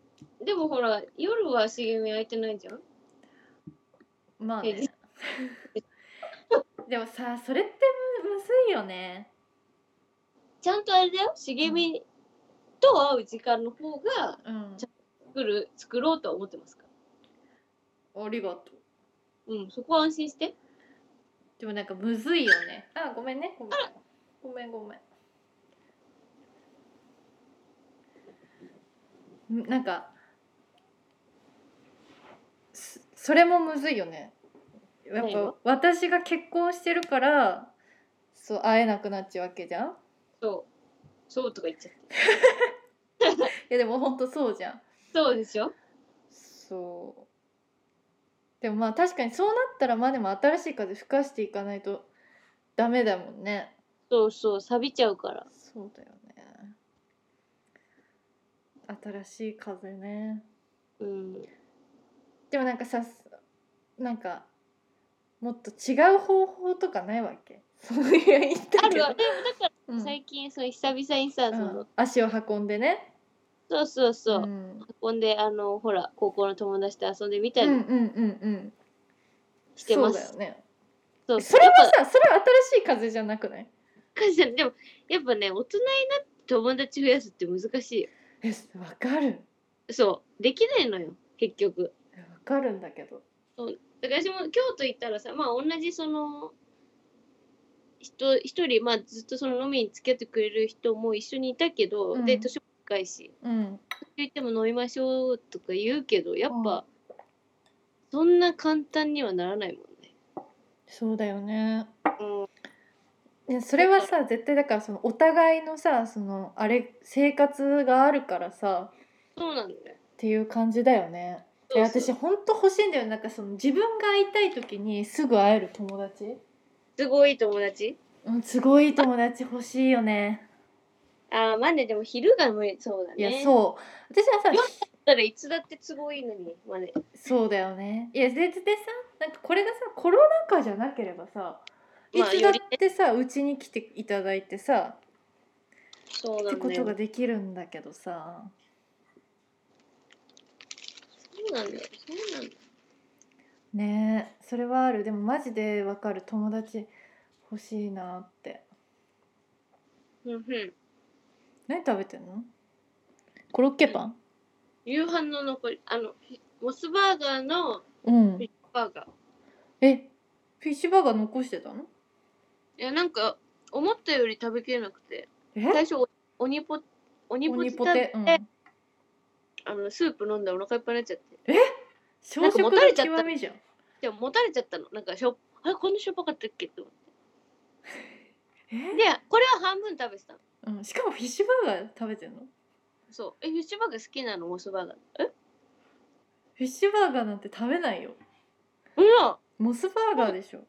[SPEAKER 1] でもほら夜は茂み空いてないじゃん
[SPEAKER 2] まあね
[SPEAKER 1] え
[SPEAKER 2] [LAUGHS] でもさそれってむむずいよね
[SPEAKER 1] ちゃんとあれだよ茂みと会う時間の方が
[SPEAKER 2] うん
[SPEAKER 1] 作る作ろうとは思ってますか
[SPEAKER 2] ありがとう
[SPEAKER 1] らうんそこは安心して
[SPEAKER 2] でもなんかむずいよねあごめんねごめんごめんごめんんなんかそそれもむずいよねやっ
[SPEAKER 1] 何が
[SPEAKER 2] ぱ私が結婚してるからそう会えなくなっちゃうわけじゃん
[SPEAKER 1] そうそうとか言っちゃって
[SPEAKER 2] いやでもほんとそうじゃん
[SPEAKER 1] そうでしょ
[SPEAKER 2] そうでもまあ確かにそうなったらまあでも新しい風吹かしていかないとダメだもんね
[SPEAKER 1] そうそう錆びちゃうから
[SPEAKER 2] そうだよね新しい風ね
[SPEAKER 1] うん
[SPEAKER 2] でもなんかさなんかもっと違う方法とかないわけそういう言った
[SPEAKER 1] あ
[SPEAKER 2] け
[SPEAKER 1] る
[SPEAKER 2] ど
[SPEAKER 1] わでもだか
[SPEAKER 2] う
[SPEAKER 1] ら
[SPEAKER 2] ん
[SPEAKER 1] 最近その久々にさ、
[SPEAKER 2] う
[SPEAKER 1] そ
[SPEAKER 2] ん
[SPEAKER 1] の
[SPEAKER 2] 足を運んでね
[SPEAKER 1] そうそうそう、
[SPEAKER 2] ん、
[SPEAKER 1] 運んであのほら高校の友達と遊んでみた
[SPEAKER 2] うん
[SPEAKER 1] り
[SPEAKER 2] うんうんうん
[SPEAKER 1] してます、
[SPEAKER 2] そうだよね
[SPEAKER 1] そう
[SPEAKER 2] それは
[SPEAKER 1] やっ
[SPEAKER 2] さそれは新しい風じゃなくない
[SPEAKER 1] ぱかんさんでもやっぱね大人になって友達増やすって難しいよ
[SPEAKER 2] えわかる
[SPEAKER 1] そうできないのよ結局
[SPEAKER 2] わかるんだけど
[SPEAKER 1] だから私も京都行ったらさまあ同じその人一人、まあ、ずっとその飲みに付き合ってくれる人も一緒にいたけど、
[SPEAKER 2] うん
[SPEAKER 1] で年も近いし
[SPEAKER 5] うん
[SPEAKER 1] 言っても飲みましょうとか言うけどやっぱ、そんな簡単にはならないもんね。
[SPEAKER 5] そうだよね
[SPEAKER 2] ね、それはさ絶対だからそのお互いのさそのあれ生活があるからさ
[SPEAKER 1] そうなんだよ。
[SPEAKER 2] っていう感じだよね。
[SPEAKER 1] そ
[SPEAKER 2] で
[SPEAKER 1] うそう
[SPEAKER 2] 私ほんと欲しいんだよなんかその自分が会いたい時にすぐ会える友達
[SPEAKER 1] すごい友達
[SPEAKER 2] うんすごい友達欲しいよね。
[SPEAKER 1] ああまあねでも昼が無理そうだ
[SPEAKER 2] い
[SPEAKER 1] ね。
[SPEAKER 2] やそう私はさ
[SPEAKER 1] だからいつだって都合いいのにまあね。
[SPEAKER 2] そうだよね。いやででさなんかこれがさコロナ禍じゃなければさい
[SPEAKER 1] まあ
[SPEAKER 2] つだってさうちに来ていただいてさ
[SPEAKER 1] そう
[SPEAKER 2] っ
[SPEAKER 1] な
[SPEAKER 2] て
[SPEAKER 1] ん
[SPEAKER 2] こ
[SPEAKER 1] だよ。
[SPEAKER 2] とが
[SPEAKER 1] そ
[SPEAKER 2] できるんだけどさ
[SPEAKER 1] うなんだよ。そうなんだよ。
[SPEAKER 2] ねえそれはあるでもマジでわかる友達欲しいなって
[SPEAKER 1] うんうん。
[SPEAKER 2] 何食べてんのコロッケパン
[SPEAKER 1] 夕飯の残りあのモスバーガーの
[SPEAKER 2] うん
[SPEAKER 1] ビッグバーガー。
[SPEAKER 2] えフィッシュバーガー残してたの
[SPEAKER 1] いやなんか思ったより食べきれなくて最
[SPEAKER 2] え
[SPEAKER 1] 初鬼ポ鬼ポ
[SPEAKER 2] 鬼
[SPEAKER 1] チ
[SPEAKER 2] ポ
[SPEAKER 1] 食べ
[SPEAKER 2] テ
[SPEAKER 1] て、、
[SPEAKER 2] うん、
[SPEAKER 1] あのスープ飲んだらお腹いっぱいになっちゃって
[SPEAKER 2] 朝
[SPEAKER 1] なん
[SPEAKER 2] 食
[SPEAKER 1] か
[SPEAKER 2] の
[SPEAKER 1] 持たれちゃった
[SPEAKER 2] 極みじゃん
[SPEAKER 1] でももたれちゃったのなんかしょあれこんなしょっぱかったっけって思って
[SPEAKER 2] え
[SPEAKER 1] でこれは半分食べてたの
[SPEAKER 2] うん、しかもフィッシュバーガー食べてんの
[SPEAKER 1] そうえフィッシュバーガー好きなのモスバーガーえ
[SPEAKER 2] フィッシュバーガーなんて食べないよ
[SPEAKER 1] う
[SPEAKER 2] モスバーガーでしょ、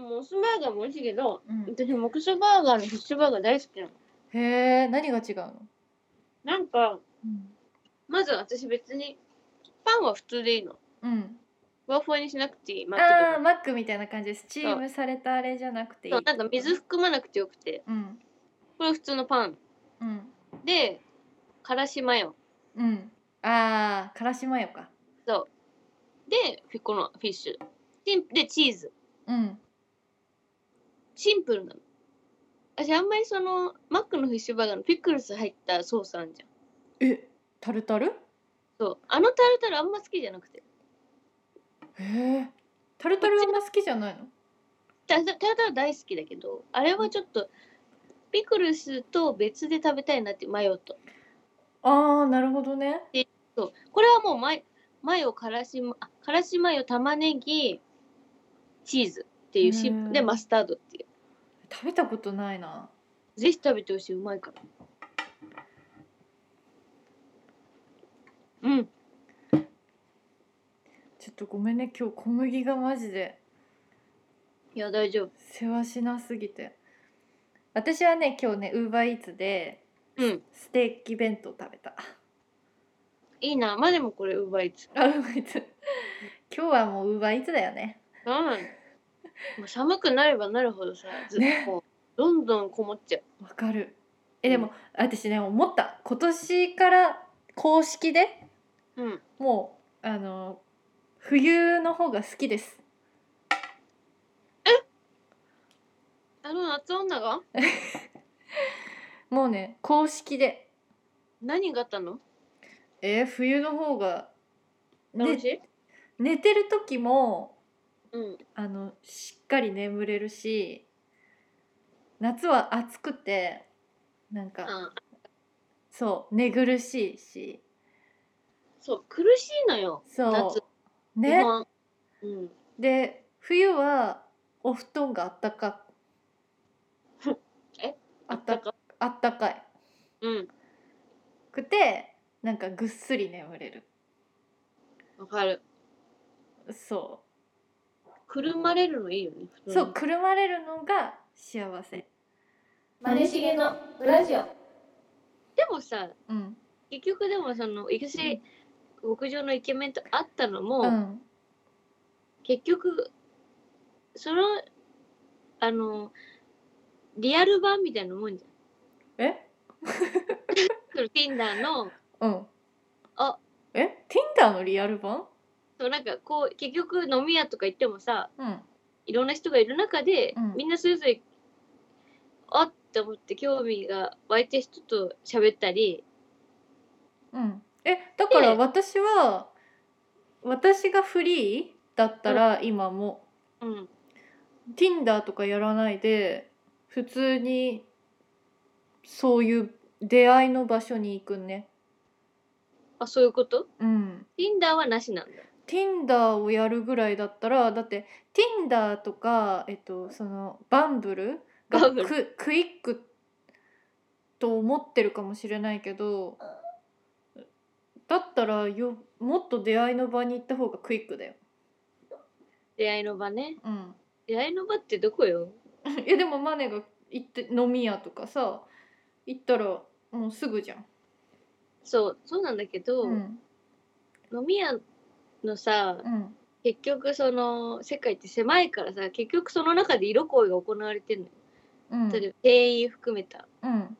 [SPEAKER 1] んモスバーガーも美味しいけど
[SPEAKER 2] うん、
[SPEAKER 1] 私モクスバーガーのフィッシュバーガー大好きなの
[SPEAKER 2] へえ何が違うの、
[SPEAKER 1] なんか
[SPEAKER 2] うん
[SPEAKER 1] まず私別にパンは普通でいいの
[SPEAKER 2] うん、
[SPEAKER 1] ふわふわにしなくていいマックと
[SPEAKER 2] ああ
[SPEAKER 1] か
[SPEAKER 2] マックみたいな感じでスチームされたあれじゃなくていい
[SPEAKER 1] そうなんか水含まなくてよくて
[SPEAKER 2] うん
[SPEAKER 1] これは普通のパン
[SPEAKER 2] うん
[SPEAKER 1] でからしマヨ
[SPEAKER 2] うん。ああ、からしマヨか。
[SPEAKER 1] でフィこのフィッシュシンでチーズ
[SPEAKER 2] うん。
[SPEAKER 1] シンプルなの私あんまりそのマックのフィッシュバーガーのピクルス入ったソースあんじゃん
[SPEAKER 2] え、タルタル？
[SPEAKER 1] そうあのタルタルあんま好きじゃなくて
[SPEAKER 2] へえ。タルタルあんま好きじゃないの？
[SPEAKER 1] タルタルタル大好きだけどあれはちょっとピクルスと別で食べたいなってマヨと
[SPEAKER 2] ああ、なるほどね。
[SPEAKER 1] そうこれはもうマヨマヨからしマあからしマヨ玉ねぎチーズっていうシンプルで
[SPEAKER 2] うん
[SPEAKER 1] マスタードってい
[SPEAKER 2] 食べたことないな。
[SPEAKER 1] うぜひ食べてほしいうまいからうん
[SPEAKER 2] ちょっとごめんね、今日小麦がマジで
[SPEAKER 1] いや大丈夫
[SPEAKER 2] 世話しなすぎて。私はね、今日ね、ウーバーイーツで
[SPEAKER 1] うん
[SPEAKER 2] ステーキ弁当食べた。
[SPEAKER 1] いいなまあでもこれウーバーイーツ
[SPEAKER 2] あ、ウーバーイーツ。今日はもうウーバーイーツだよね。 [LAUGHS]
[SPEAKER 1] もう寒くなればなるほどさずっ
[SPEAKER 2] ね
[SPEAKER 1] ともうどんどんこもっちゃう
[SPEAKER 2] わかる。え、でも、私ね、思った。今年から公式で
[SPEAKER 1] うん
[SPEAKER 2] もうあの冬の方が好きです。
[SPEAKER 1] あの夏女が
[SPEAKER 2] もうね公式で
[SPEAKER 1] 何があったの
[SPEAKER 2] えー冬の方が
[SPEAKER 1] 楽しい
[SPEAKER 2] 寝てる時も
[SPEAKER 1] うん
[SPEAKER 2] あのしっかり眠れるし夏は暑くてなんか、
[SPEAKER 1] あ
[SPEAKER 2] そう寝苦しいし
[SPEAKER 1] そう苦しいのよ
[SPEAKER 2] そ
[SPEAKER 1] 夏
[SPEAKER 2] うね
[SPEAKER 1] 基本うん
[SPEAKER 2] で冬はお布団があったか [LAUGHS]
[SPEAKER 1] え
[SPEAKER 2] あったかあったかい
[SPEAKER 1] うん
[SPEAKER 2] くてなんかぐっすり眠れる
[SPEAKER 1] わかる
[SPEAKER 2] そう
[SPEAKER 1] くるまれるのいいよね布団
[SPEAKER 2] そう、くるまれるのが幸せ。
[SPEAKER 3] マネしげのラジオ。
[SPEAKER 1] でもさ
[SPEAKER 2] うん。
[SPEAKER 1] 結局でもそのイギリス極上のイケメンと会ったのも、
[SPEAKER 2] うん。
[SPEAKER 1] 結局そのあのリアル版みたいなもんじゃん
[SPEAKER 2] え？
[SPEAKER 1] その Tinder の
[SPEAKER 2] うん。
[SPEAKER 1] あ、
[SPEAKER 2] え？Tinder のリアル版？
[SPEAKER 1] そうなんかこう結局飲み屋とか行ってもさ
[SPEAKER 2] うん。
[SPEAKER 1] いろんな人がいる中で、
[SPEAKER 2] うん
[SPEAKER 1] みんなそれぞれあって思って興味が湧いた人と喋ったり
[SPEAKER 2] うん。え、だから
[SPEAKER 1] で
[SPEAKER 2] 私は私がフリーだったら今も、
[SPEAKER 1] うん
[SPEAKER 2] Tinder とかやらないで普通にそういう出会いの場所に行くね
[SPEAKER 1] あ、そういうこと
[SPEAKER 2] うん
[SPEAKER 1] ?Tinder はなしなんだ。
[SPEAKER 2] Tinder をやるぐらいだったらだって Tinder とかえっとそのバンブルが
[SPEAKER 1] Bumble
[SPEAKER 2] ククイックと思ってるかもしれないけどだったらよもっと出会いの場に行った方がクイックだよ。
[SPEAKER 1] 出会いの場ね。
[SPEAKER 2] うん、
[SPEAKER 1] 出会いの場ってどこよ
[SPEAKER 2] いやでもマネが行って飲み屋とかさ行ったらもうすぐじゃん。
[SPEAKER 1] そう、そうなんだけど、
[SPEAKER 2] うん
[SPEAKER 1] 飲み屋のさ、
[SPEAKER 2] うん
[SPEAKER 1] 結局その世界って狭いからさ、結局その中で色恋が行われてんのよ。
[SPEAKER 2] うん
[SPEAKER 1] 例えば店員含めた。
[SPEAKER 2] うん
[SPEAKER 1] だか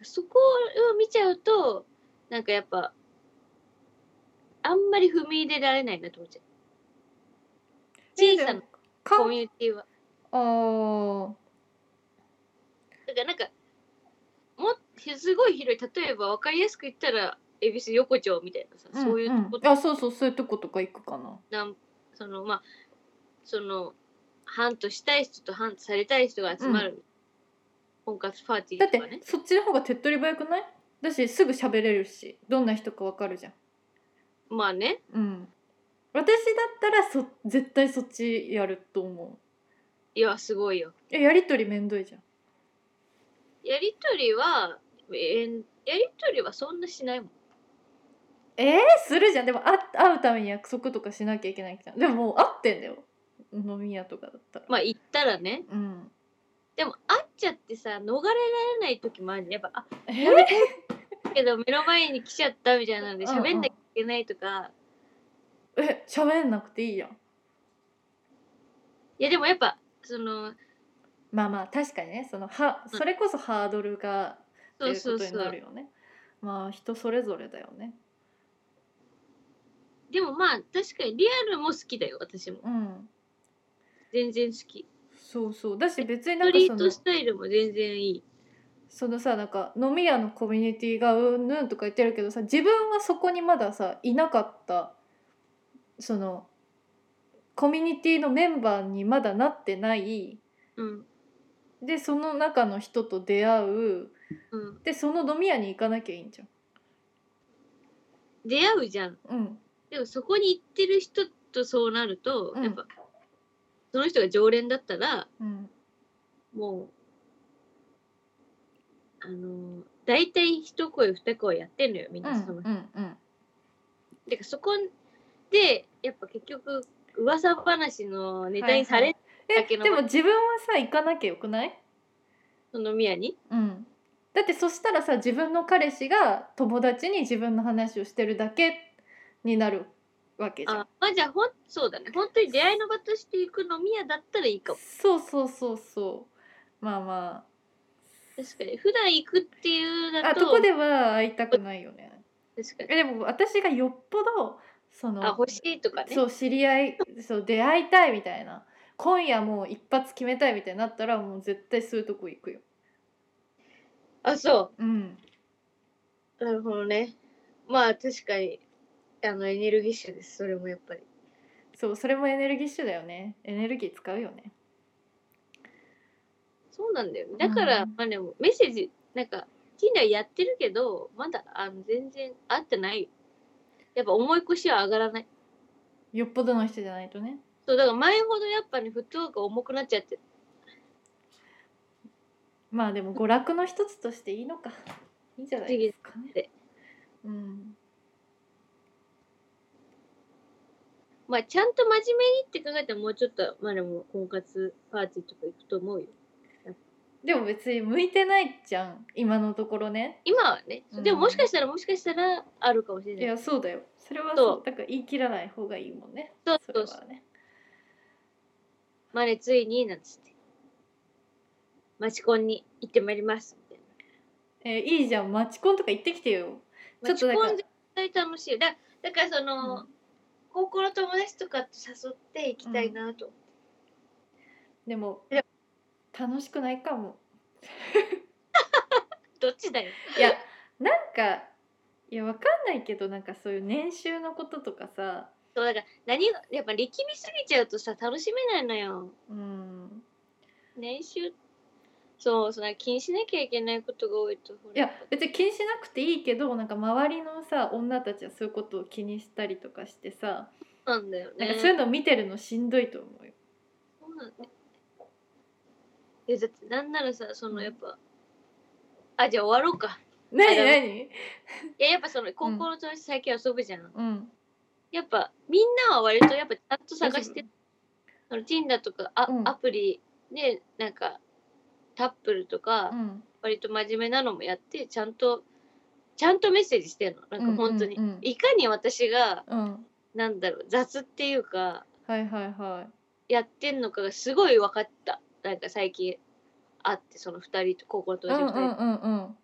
[SPEAKER 1] らそこを見ちゃうと、なんかやっぱ、あんまり踏み入れられないなと思っちゃう。小さな
[SPEAKER 2] か
[SPEAKER 1] コミュニティは。
[SPEAKER 2] あー
[SPEAKER 1] だからなんか、もすごい広い、例えば分かりやすく言ったら、恵比寿横丁みたいなさ、そういうとこ
[SPEAKER 2] んんあそうそうそういうとことか行くかな。
[SPEAKER 1] なんそのまあそのハントしたい人とハントされたい人が集まる、婚活パーティ
[SPEAKER 2] だ
[SPEAKER 1] ー
[SPEAKER 2] っ
[SPEAKER 1] とかね
[SPEAKER 2] てそっちの方が手っ取り早くないだしすぐ喋れるしどんな人かわかるじゃん。
[SPEAKER 1] まあね
[SPEAKER 2] うん私だったらそ絶対そっちやると思
[SPEAKER 1] いやすごいよ
[SPEAKER 2] う。えやりとりめんどいじゃん。
[SPEAKER 1] やりとりはえーやりとりはそんなしないもん
[SPEAKER 2] えー、するじゃんでもあ会うために約束とかしなきゃいけないじゃんでももう会ってんだよ飲み屋とかだったら、
[SPEAKER 1] まあ行ったらね
[SPEAKER 2] うん
[SPEAKER 1] でも会っちゃってさ逃れられない時もあるじゃんやっぱあ
[SPEAKER 2] え
[SPEAKER 1] けど目の前に来ちゃったみたいなので
[SPEAKER 2] うんうん
[SPEAKER 1] 喋んなきゃいけないとか、
[SPEAKER 2] え喋んなくていいやん
[SPEAKER 1] いやでもやっぱその
[SPEAKER 2] まあまあ確かにねそのは
[SPEAKER 1] うん
[SPEAKER 2] それこそハードルがっ
[SPEAKER 1] そ
[SPEAKER 2] ていうう
[SPEAKER 1] そう
[SPEAKER 2] ことに
[SPEAKER 1] そ
[SPEAKER 2] な
[SPEAKER 1] う
[SPEAKER 2] るよねまあ人それぞれだよね
[SPEAKER 1] でもまあ確かにリアルも好きだよ私も
[SPEAKER 2] うん
[SPEAKER 1] 全然好き
[SPEAKER 2] そうそうだし別
[SPEAKER 1] ス
[SPEAKER 2] にな
[SPEAKER 1] ト
[SPEAKER 2] んか
[SPEAKER 1] リ
[SPEAKER 2] そ
[SPEAKER 1] ー
[SPEAKER 2] の
[SPEAKER 1] トスタイルも全然いい
[SPEAKER 2] そのさなんか飲み屋のコミュニティがうんぬんとか言ってるけどさ自分はそこにまださいなかったそのコミュニティのメンバーにまだなってない
[SPEAKER 1] うん
[SPEAKER 2] でその中の人と出会う
[SPEAKER 1] うん
[SPEAKER 2] でその飲み屋に行かなきゃいいんじ
[SPEAKER 1] 出会うじゃん
[SPEAKER 2] ゃん。うん
[SPEAKER 1] でもそこに行ってる人とそうなると、
[SPEAKER 2] うん
[SPEAKER 1] やっぱその人が常連だったら
[SPEAKER 2] うん
[SPEAKER 1] もうあのー大体一声二声やってんのよみん
[SPEAKER 2] う
[SPEAKER 1] なその、
[SPEAKER 2] んうんう
[SPEAKER 1] だ
[SPEAKER 2] ん
[SPEAKER 1] からそこでやっぱ結局噂話のネタにされ、
[SPEAKER 2] え
[SPEAKER 1] 酒飲ま
[SPEAKER 2] でも自分はさ行かなきゃよくない、
[SPEAKER 1] その飲み屋に
[SPEAKER 2] うん、だってそしたらさ自分の彼氏が友達に自分の話をしてるだけになるわけじゃん。
[SPEAKER 1] あまあじゃあほんそうだね本当に出会いの場として行く飲み屋だったらいいかも
[SPEAKER 2] そうそうそうそうまあま
[SPEAKER 1] 確かに普段行くっていう
[SPEAKER 2] あ
[SPEAKER 1] だ
[SPEAKER 2] あ
[SPEAKER 1] と
[SPEAKER 2] とこでは会いたくないよね
[SPEAKER 1] 確かに
[SPEAKER 2] えでも私がよっぽどその
[SPEAKER 1] あ欲しいとかね
[SPEAKER 2] そう知り合いそう出会いたいみたいな今夜もう一発決めたいみたいになったらもう絶対そういうとこ行くよ
[SPEAKER 1] あそう
[SPEAKER 2] うん
[SPEAKER 1] なるほどね。まあ確かにあのエネルギッシュです、それもやっぱり。
[SPEAKER 2] そうそれもエネルギッシュだよねエネルギー使うよね
[SPEAKER 1] そうなんだよね。だから、
[SPEAKER 2] うん
[SPEAKER 1] まあでもメッセージ、なんか、Tinder やってるけど、まだあの全然合ってないよ。やっぱ思い越しは上がらない。
[SPEAKER 2] よっぽどの人じゃないとね
[SPEAKER 1] そう、だから前ほどやっぱね、フットワークが重くなっちゃって、
[SPEAKER 2] まあでも娯楽の一つとしていいのかいいんじゃないですかねうん
[SPEAKER 1] まあちゃんと真面目にって考えたらもうちょっと、まあでも婚活パーティーとか行くと思うよ。
[SPEAKER 2] でも別に向いてないじゃん今のところね
[SPEAKER 1] 今はね、
[SPEAKER 2] うん
[SPEAKER 1] でももしかしたらもしかしたらあるかもしれ
[SPEAKER 2] い
[SPEAKER 1] ない。
[SPEAKER 2] やそうだよそれは
[SPEAKER 1] そう
[SPEAKER 2] そうだから言い切らない方がいいもんね
[SPEAKER 1] そうそ
[SPEAKER 2] それ
[SPEAKER 1] うそう
[SPEAKER 2] はね
[SPEAKER 1] まあね、ついに、なんつって。マチコンに行ってまいります、みたいな。
[SPEAKER 2] えーいいじゃんマチコンとか行ってきてよち
[SPEAKER 1] ち
[SPEAKER 2] ょ
[SPEAKER 1] ょ
[SPEAKER 2] っ
[SPEAKER 1] っ
[SPEAKER 2] と
[SPEAKER 1] と
[SPEAKER 2] なんか
[SPEAKER 1] 絶対楽しいよだだからその、
[SPEAKER 2] うん
[SPEAKER 1] 高校の友達とかと誘って行きたいなと、
[SPEAKER 2] でも
[SPEAKER 1] で
[SPEAKER 2] 楽しくないかも
[SPEAKER 1] どっちだよ
[SPEAKER 2] いや [LAUGHS] なんかいやわかんないけどなんかそういう年収のこととかさ
[SPEAKER 1] そうだから何がやっぱ力みすぎちゃうとさ楽しめないのよ
[SPEAKER 2] うん
[SPEAKER 1] 年収そう、それ気にしなきゃいけないことが多いと。ほら
[SPEAKER 2] いや別に気にしなくていいけどなんか周りのさ女たちはそういうことを気にしたりとかしてさ
[SPEAKER 1] そうなんだよ
[SPEAKER 2] な
[SPEAKER 1] ね。
[SPEAKER 2] んかそういうのを見てるのしんどいと思うよ。
[SPEAKER 1] そうなんだよえ、だってなんならさ、そのやっぱ、あ、じゃあ終わろうか。
[SPEAKER 2] 何
[SPEAKER 1] あ
[SPEAKER 2] 何
[SPEAKER 1] いや、やっぱその高校の友達最近遊ぶじゃん。
[SPEAKER 2] うん
[SPEAKER 1] やっぱみんなは割とやっぱちゃんと探してその Tinder とかあ、
[SPEAKER 2] うん
[SPEAKER 1] アプリでなんかタップルとか
[SPEAKER 2] うん
[SPEAKER 1] 割と真面目なのもやってちゃんとちゃんとメッセージしてんのなん
[SPEAKER 2] うん
[SPEAKER 1] か本当に、
[SPEAKER 2] うんうん
[SPEAKER 1] いかに私が
[SPEAKER 2] うん
[SPEAKER 1] なんだろう雑っていうか
[SPEAKER 2] はいはいは
[SPEAKER 1] やってんのかがすごい分かったなんか最近会ってその2人と高校の
[SPEAKER 2] い。
[SPEAKER 1] 当
[SPEAKER 2] う
[SPEAKER 1] 時
[SPEAKER 2] ん
[SPEAKER 1] 2人、
[SPEAKER 2] うんうんうん。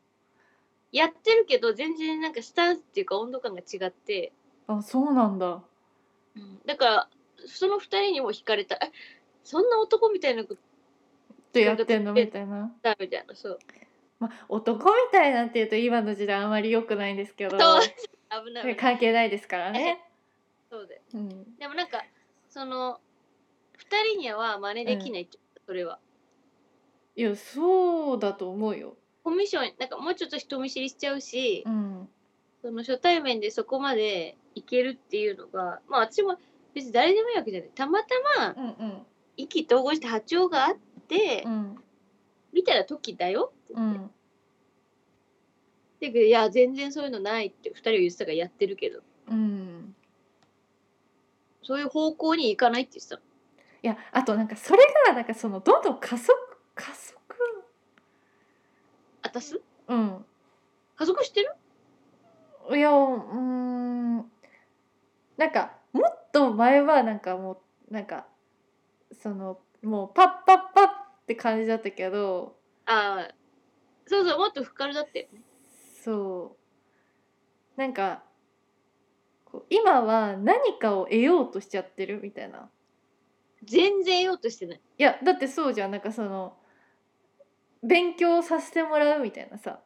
[SPEAKER 1] やってるけど全然なんかスタンスっていうか温度感が違って、
[SPEAKER 5] あそうなんだ
[SPEAKER 1] だからその2人にも惹かれたえそんな男みたいなこと
[SPEAKER 2] ってやってんのみたいな。
[SPEAKER 1] だみたいなそう
[SPEAKER 2] まあ男みたいなっていうと今の時代あまり良くないんですけど
[SPEAKER 1] そう危ない危ない
[SPEAKER 2] 関係ないですからね。
[SPEAKER 1] そうだよ
[SPEAKER 2] うん
[SPEAKER 1] でもなんかその2人には真似できないって、それはい
[SPEAKER 2] やそうだと思うよ。
[SPEAKER 1] コミッションなんかもうちょっと人見知りしちゃうし、
[SPEAKER 2] うん
[SPEAKER 1] その初対面でそこまでいけるっていうのがまあ私も別に誰でもいいわけじゃないたまたま
[SPEAKER 2] うんうん
[SPEAKER 1] 意気投合して波長があって、
[SPEAKER 2] うん
[SPEAKER 1] 見たら時だよって
[SPEAKER 2] う
[SPEAKER 1] 言って、
[SPEAKER 2] ん。
[SPEAKER 1] だけどいや全然そういうのないって2人は言ってたからやってるけど
[SPEAKER 2] うん
[SPEAKER 1] そういう方向に行かないって言ってたの
[SPEAKER 2] いやあとなんかそれがなんかそのどんどん加速加速
[SPEAKER 1] あたす
[SPEAKER 2] うん
[SPEAKER 1] 家族してる
[SPEAKER 2] いやうーんなんかもっと前はなんかもうなんかそのもうパッパッパッって感じだったけど
[SPEAKER 1] ああそうそうもっとふかるだって
[SPEAKER 2] そうなんかこう今は何かを得ようとしちゃってるみたいな
[SPEAKER 1] 全然言おうとしてない
[SPEAKER 2] いやだってそうじゃんなんかその勉強させてもらうみたいなさ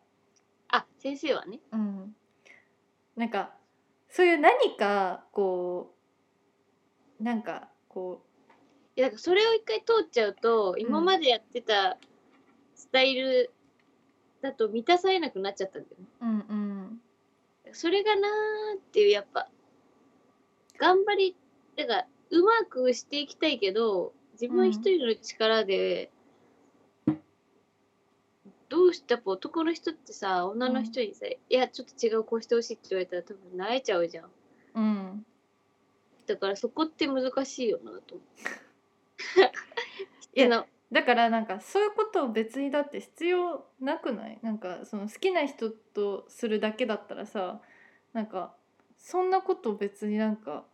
[SPEAKER 1] あ先生はね
[SPEAKER 2] うん、なんかそういう何かこうなんかこ
[SPEAKER 1] いやだからそれを一回通っちゃうと今までやってたスタイルだと満たされなくなっちゃったんだよね
[SPEAKER 2] う、うんうん、
[SPEAKER 1] それがなーっていうやっぱ頑張りだからうまくしていきたいけど自分一人の力で、どうしてやっぱ男の人ってさ女の人にさ「いやちょっと違うこうしてほしい」って言われたら多分萎えちゃうじゃん
[SPEAKER 2] うん、
[SPEAKER 1] だからそこって難しいよなと思う。
[SPEAKER 2] いや
[SPEAKER 1] な
[SPEAKER 2] だからなんかそういうことを別にだって必要なくないなんかその好きな人とするだけだったらさなんかそんなこと別になんか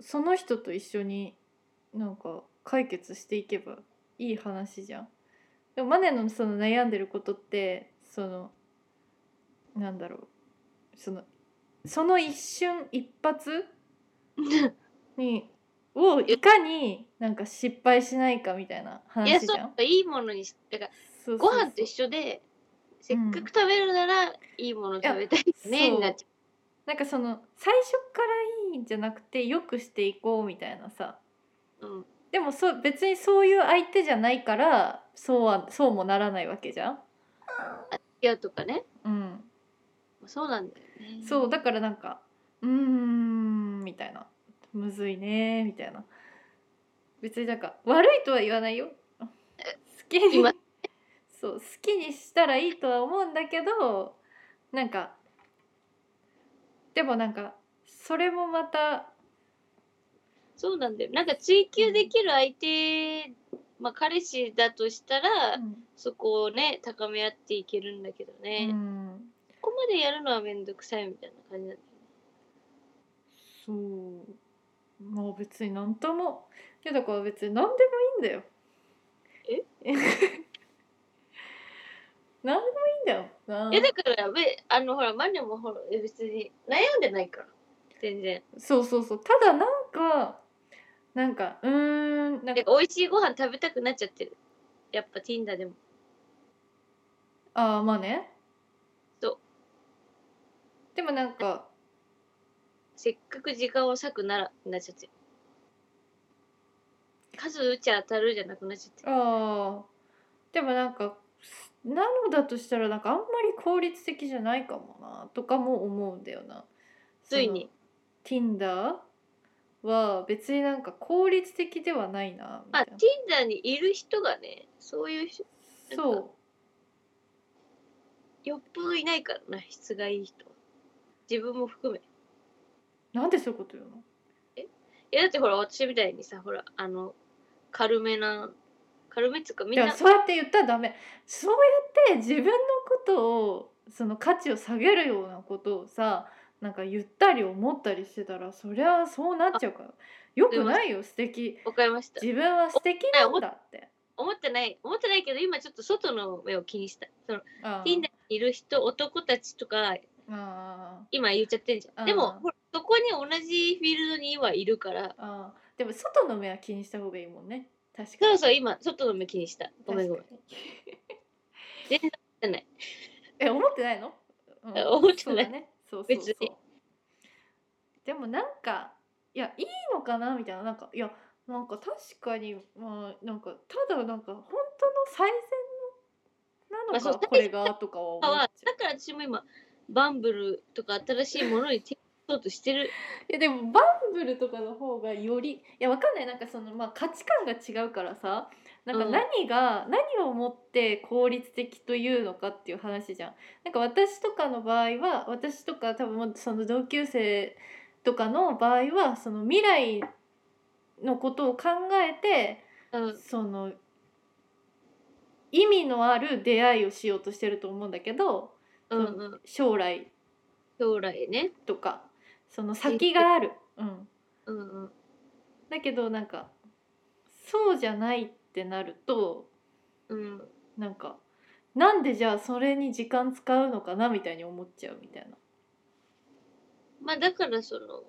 [SPEAKER 2] その人と一緒になんか解決していけばいい話じゃん。でもマネのその悩んでることってそのなんだろうそのその一瞬一発にをいかになんか失敗しないかみたいない
[SPEAKER 1] や
[SPEAKER 2] 話じ
[SPEAKER 1] そ
[SPEAKER 2] ゃん
[SPEAKER 1] う。いいものにしだから
[SPEAKER 2] そうそう
[SPEAKER 1] ご
[SPEAKER 2] そう
[SPEAKER 1] 飯と一緒でせっかく食べるならいいもの食べたいね
[SPEAKER 2] そう
[SPEAKER 1] になっちゃ
[SPEAKER 2] なんかその最初からいいんじゃなくてよくしていこうみたいなさ
[SPEAKER 1] う、うん、
[SPEAKER 2] でもそう別にそういう相手じゃないからそうはそうもならないわけじゃん、
[SPEAKER 1] 付き合うとかね
[SPEAKER 2] うん、
[SPEAKER 1] そうなんだよね
[SPEAKER 2] そうだからなんかうーんみたいなむずいねみたいな別になんか悪いとは言わないよ好きに
[SPEAKER 1] 今
[SPEAKER 2] そう好きにしたらいいとは思うんだけどなんかでもなんかそれもまた
[SPEAKER 1] そうなんだよなんか追求できる相手まあ彼氏だとしたら、
[SPEAKER 2] うん
[SPEAKER 1] そこをね高め合っていけるんだけどね、
[SPEAKER 2] うん
[SPEAKER 1] ここまでやるのはめんどくさいみたいな感じなんだよね
[SPEAKER 2] そうまあ別に何ともいやだから別に何でもいいんだよ
[SPEAKER 1] え
[SPEAKER 2] [LAUGHS] 何でもいいんだよなあ
[SPEAKER 1] えだからべあのほらマネもほらえ別に悩んでないから全然
[SPEAKER 2] そうそうそうただなんかなんかうーんな
[SPEAKER 1] な
[SPEAKER 2] んか
[SPEAKER 1] んか美味しいご飯食べたくなっちゃってるやっぱ Tinder でも
[SPEAKER 2] ああまあね
[SPEAKER 1] そう
[SPEAKER 2] でもなんか
[SPEAKER 1] せっかく時間を割くならになっちゃってる数打ちゃ当たるじゃなくなっちゃってる
[SPEAKER 2] ああでもなんかなのだとしたらなんかあんまり効率的じゃないかもなとかも思うんだよな。
[SPEAKER 1] ついに
[SPEAKER 2] その Tinder は別になんか効率的ではないなみた
[SPEAKER 1] まあ、
[SPEAKER 2] いな。
[SPEAKER 1] Tinder にいる人がね、そういう人、なんか
[SPEAKER 2] そう
[SPEAKER 1] よっぽどいないからな、質がいい人。自分も含め。
[SPEAKER 2] なんでそういうこと言うの
[SPEAKER 1] いや、だってほら、私みたいにさ、ほら、あの、軽めな、軽めっつうか、みん
[SPEAKER 2] だか
[SPEAKER 1] な
[SPEAKER 2] ら、そうやって言ったらダメそうやって自分のことをその価値を下げるようなことをさなんか言ったり思ったりしてたらそりゃそうなっちゃうからよくないよ素敵
[SPEAKER 1] わかりました。
[SPEAKER 2] 自分は素敵なんだって
[SPEAKER 1] 思ってない、思ってないけど、今ちょっと外の目を気にした。その、
[SPEAKER 2] ああ
[SPEAKER 1] Tinder にいる人、男たちとか、
[SPEAKER 2] ああ
[SPEAKER 1] 今言っちゃってんじゃ。
[SPEAKER 2] うんん
[SPEAKER 1] でも、ほらそこに同じフィールドに今いるから、
[SPEAKER 2] ああでも外の目は気にした方がいいもんね確か
[SPEAKER 1] そう
[SPEAKER 2] に
[SPEAKER 1] そう、今、外の目気にした。ごめんごめん。
[SPEAKER 2] 確かに
[SPEAKER 1] 全然思ってない。
[SPEAKER 2] え思ってないの、うん
[SPEAKER 1] あ思ってない
[SPEAKER 2] そうだねそうそうそう
[SPEAKER 1] 別に
[SPEAKER 2] でもなんかいやいいのかなみたいななんかいやなんか確かにまあなんかただなんか本当の最善の
[SPEAKER 1] まあ
[SPEAKER 2] な
[SPEAKER 1] そう
[SPEAKER 2] のか、
[SPEAKER 1] 最
[SPEAKER 2] これがとかは思っ
[SPEAKER 1] は
[SPEAKER 2] ちゃ
[SPEAKER 1] だ
[SPEAKER 2] う
[SPEAKER 1] から私も今バンブルとか新しいものに手をそうとしてる
[SPEAKER 2] いやでもバンブルとかの方がよりいやわかんないなんかそのまあ価値観が違うからさなんか
[SPEAKER 1] うん
[SPEAKER 2] 何が、何をもって効率的というのかっていう話じゃん。なんか私とかの場合は私とか多分その同級生とかの場合はその未来のことを考えて
[SPEAKER 1] うん
[SPEAKER 2] その意味のある出会いをしようとしてると思うんだけど
[SPEAKER 1] うんうん
[SPEAKER 2] 将来
[SPEAKER 1] 将来ね
[SPEAKER 2] とかその先がある。うん
[SPEAKER 1] うんうん
[SPEAKER 2] だけどなんかそうじゃないってなると
[SPEAKER 1] うん
[SPEAKER 2] なんかなんでじゃあそれに時間使うのかなみたいに思っちゃうみたいな
[SPEAKER 1] まあだからその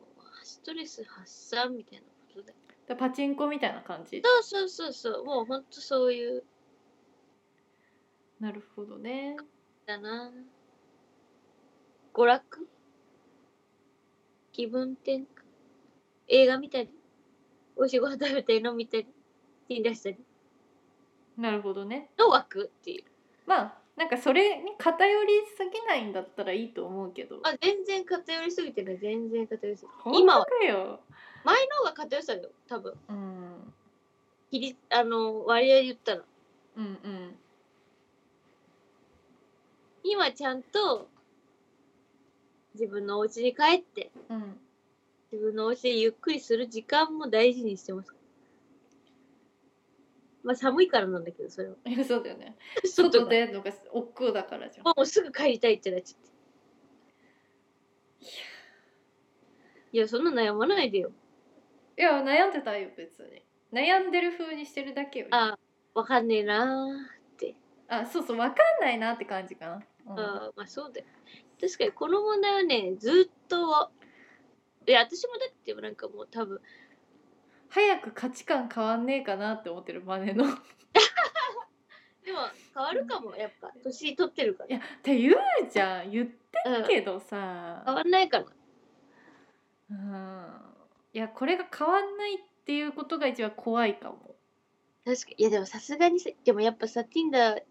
[SPEAKER 1] ストレス発散みたいなことだ
[SPEAKER 2] だパチンコみたいな感じ
[SPEAKER 1] そうそうそうそうもうほんとそういう
[SPEAKER 2] なるほどね
[SPEAKER 1] だな娯楽気分転換映画見たりおいしいご飯食べたり飲みたり手に出したり
[SPEAKER 2] なるほどね
[SPEAKER 1] の枠っていう
[SPEAKER 2] まあなんかそれに偏りすぎないんだったらいいと思うけど
[SPEAKER 1] あ全然偏りすぎてない全然偏りすぎてない
[SPEAKER 2] 本当
[SPEAKER 1] 今は
[SPEAKER 2] かよ
[SPEAKER 1] 前の方が偏りしたよ多分
[SPEAKER 2] うん
[SPEAKER 1] 比率あの割合で言ったら
[SPEAKER 2] うんうん
[SPEAKER 1] 今ちゃんと自分のお家に帰って
[SPEAKER 2] うん
[SPEAKER 1] 自分のお家でゆっくりする時間も大事にしてますまあ寒いからなんだけどそれは
[SPEAKER 2] いやそうだよね
[SPEAKER 1] [LAUGHS] 外
[SPEAKER 2] 外
[SPEAKER 1] で
[SPEAKER 2] 出るのが億劫だからじゃん
[SPEAKER 1] もうすぐ帰りたいってなっちゃっていやそんな悩まないでよ
[SPEAKER 2] いや悩んでたよ別に悩んでる風にしてるだけよ
[SPEAKER 1] あわかんねえな
[SPEAKER 2] あそうそうわかんないなって感じかな、うん
[SPEAKER 1] あーまあそうだよ確かにこの問題はねずっといや私もだってなんかもう多分
[SPEAKER 2] 早く価値観変わんねえかなって思ってる真似の [LAUGHS] っ
[SPEAKER 1] でも変わるかもやっぱ年取ってるか
[SPEAKER 2] て言うじゃん言って
[SPEAKER 1] ら、うん、
[SPEAKER 2] るけどさ
[SPEAKER 1] 変わんないから
[SPEAKER 2] うんいやこれが変わんないっていうことが一番怖いかも
[SPEAKER 1] 確かいやでもさすがにさでもやっぱさ Tinder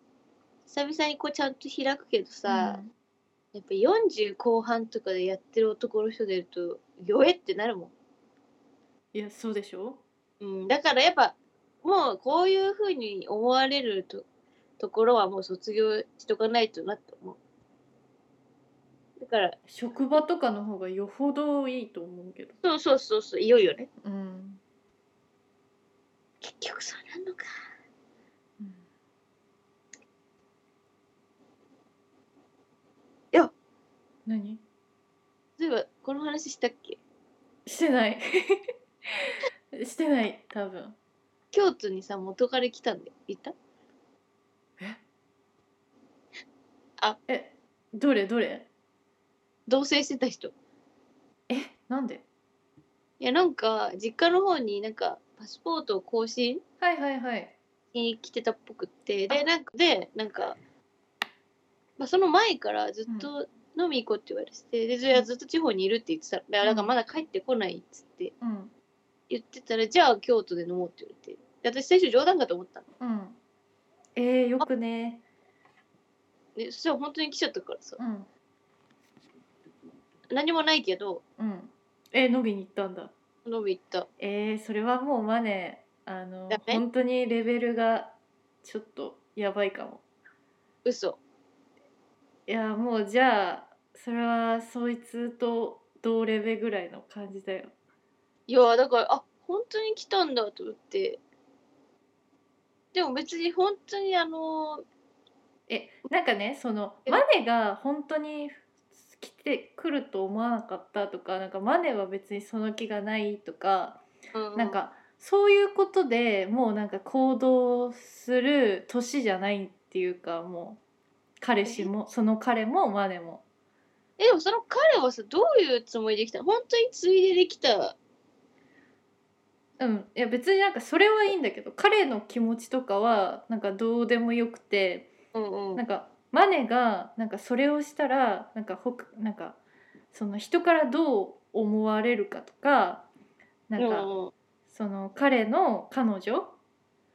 [SPEAKER 1] 久々にこうちゃんと開くけどさ、やっぱ40後半とかでやってる男の人でいるとよえってなるも
[SPEAKER 2] いやそうでしょ
[SPEAKER 1] ん、うん、だからやっぱもうこういうふうに思われるとところはもう卒業しとかないとなって思うだから
[SPEAKER 2] 職場とかの方がよほどいいと思うけど
[SPEAKER 1] そうそうそうそういよいよね
[SPEAKER 2] うん、
[SPEAKER 1] 結局そうなんのか
[SPEAKER 2] うん
[SPEAKER 1] いや
[SPEAKER 2] 何
[SPEAKER 1] 例えばこの話したっけ
[SPEAKER 2] してない [LAUGHS] してない多分
[SPEAKER 1] 京都にさ元彼来たんで行った
[SPEAKER 2] えどれどれ
[SPEAKER 1] 同棲してた人
[SPEAKER 2] えなんで
[SPEAKER 1] いやなんか実家の方になんかパスポートを更新
[SPEAKER 2] はいはいはい
[SPEAKER 1] に来てたっぽくってでなんかでなんか、まあ、その前からずっと飲み行こうって言われててでじゃあずっと地方にいるって言ってたで
[SPEAKER 2] うん
[SPEAKER 1] なんかまだ帰ってこないっつって
[SPEAKER 2] うん
[SPEAKER 1] 言ってたらじゃあ京都で飲もうって言われてで私最初冗談かと思ったの
[SPEAKER 2] うんえー、よくね
[SPEAKER 1] でそしたら本当に来ちゃったからさ
[SPEAKER 2] うん
[SPEAKER 1] 何もないけど
[SPEAKER 2] うんえー、飲みに行ったんだ
[SPEAKER 1] 飲み行った
[SPEAKER 2] えー、それはもうマネあの
[SPEAKER 1] ダメ
[SPEAKER 2] 本当にレベルがちょっとやばいかも
[SPEAKER 1] 嘘
[SPEAKER 2] いやもうじゃあそれはそいつと同レベぐらいの感じだよ
[SPEAKER 1] いやだからあ本当に来たんだと思ってでも別に本当にあの
[SPEAKER 2] えなんかねその
[SPEAKER 1] え
[SPEAKER 2] マネが本当に来てくると思わなかったとかなんかマネは別にその気がないとか、
[SPEAKER 1] うん
[SPEAKER 2] なんかそういうことでもうなんか行動する年じゃないっていうかもう彼氏もその彼もマネも
[SPEAKER 1] えでもその彼はさどういうつもりで来た本当についでできた
[SPEAKER 2] うんいや別になんかそれはいいんだけど彼の気持ちとかはなんかどうでもよくて
[SPEAKER 1] うんうん
[SPEAKER 2] なんかマネがなんかそれをしたらなんかほくなんかその人からどう思われるかとかなん
[SPEAKER 1] う
[SPEAKER 2] か
[SPEAKER 1] んうん
[SPEAKER 2] その彼の彼女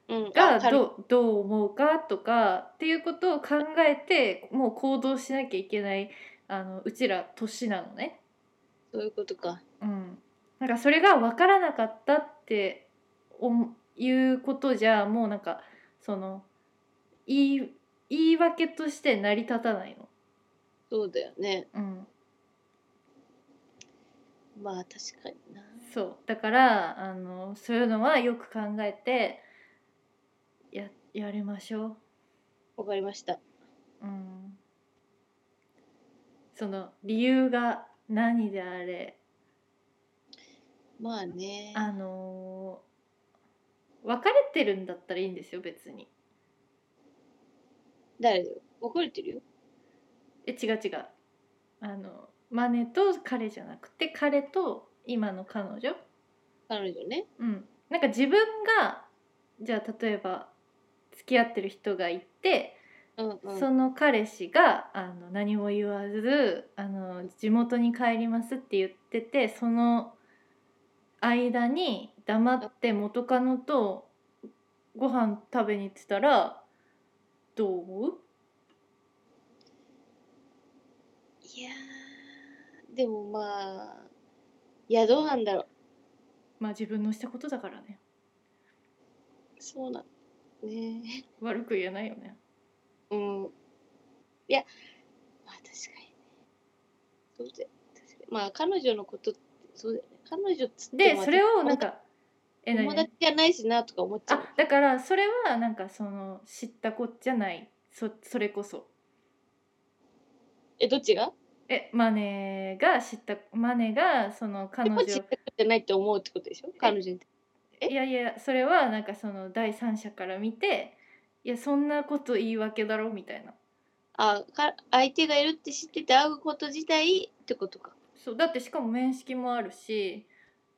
[SPEAKER 1] うん、
[SPEAKER 2] が
[SPEAKER 1] あ彼
[SPEAKER 2] どうどう思うかとかっていうことを考えてもう行動しなきゃいけないあのうちら年なのね。
[SPEAKER 1] そういうことか。
[SPEAKER 2] うん、なんかそれが分からなかったっておいうことじゃもうなんかその言い言い訳として成り立たないの。
[SPEAKER 1] そうだよね。
[SPEAKER 2] うん、
[SPEAKER 1] まあ確かにな。
[SPEAKER 2] そうだからあのそういうのはよく考えてややりましょ
[SPEAKER 1] わかりました。
[SPEAKER 2] う、うん、その理由が何であれ
[SPEAKER 1] まあね。
[SPEAKER 2] あの別れてるんだったらいいんですよ別に
[SPEAKER 1] 誰だよ。別れてるよ。
[SPEAKER 2] え違う違うあのマネと彼じゃなくて彼と今の彼女
[SPEAKER 1] 彼女ね。
[SPEAKER 2] うん、なんか自分がじゃあ例えば付き合ってる人がいて、
[SPEAKER 1] うんうん。
[SPEAKER 2] その彼氏があの何も言わずあの地元に帰りますって言っててその間に黙って元カノとご飯食べに行ってたらどう思う
[SPEAKER 1] いやーでもまあいやどうなんだろう。
[SPEAKER 2] まあ自分のしたことだからね
[SPEAKER 1] そうなんね。 [LAUGHS]
[SPEAKER 2] 悪く言えないよね
[SPEAKER 1] うん。いやまあ確かにね。そうだよ。確かにまあ彼女のことってそうだよね。彼女っつって
[SPEAKER 2] で
[SPEAKER 1] も
[SPEAKER 2] それをな
[SPEAKER 1] 友
[SPEAKER 2] ん
[SPEAKER 1] 達
[SPEAKER 2] かえ何
[SPEAKER 1] 友達じゃないしなとか思っちゃう
[SPEAKER 2] あ。だからそれはなんかその知ったこっちゃないそそれこそ
[SPEAKER 1] えどっちが？
[SPEAKER 2] えマネが知ったマネがその彼
[SPEAKER 1] でも
[SPEAKER 2] 女
[SPEAKER 1] 知ったことじゃないって思うってことでしょ？彼女に。え
[SPEAKER 2] いやいやそれはなんかその第三者から見ていやそんなこと言い訳だろみたいな
[SPEAKER 1] あか相手がいるって知ってて会うこと自体ってことか。
[SPEAKER 2] そうだってしかも面識もあるし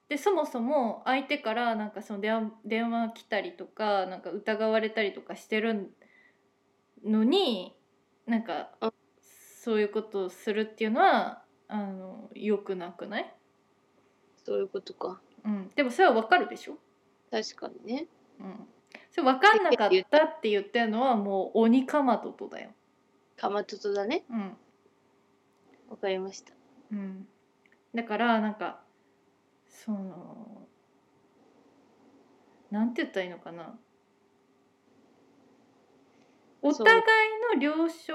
[SPEAKER 2] でそもそも相手からなんかその電話電話来たりとかなんか疑われたりとかしてるのになんか
[SPEAKER 1] う
[SPEAKER 2] そういうことをするっていうのはあの良くなくない、
[SPEAKER 1] そういうことか。
[SPEAKER 2] うん、でもそれはわかるでしょ、
[SPEAKER 1] 確かにね。
[SPEAKER 2] うん、それ分かんなかったって言ってるのはもう鬼かまととだよ。
[SPEAKER 1] かまととだね。
[SPEAKER 2] うん
[SPEAKER 1] わかりました。
[SPEAKER 2] うん、だからなんかそのなんて言ったらいいのかなお
[SPEAKER 1] そう
[SPEAKER 2] 互いの了承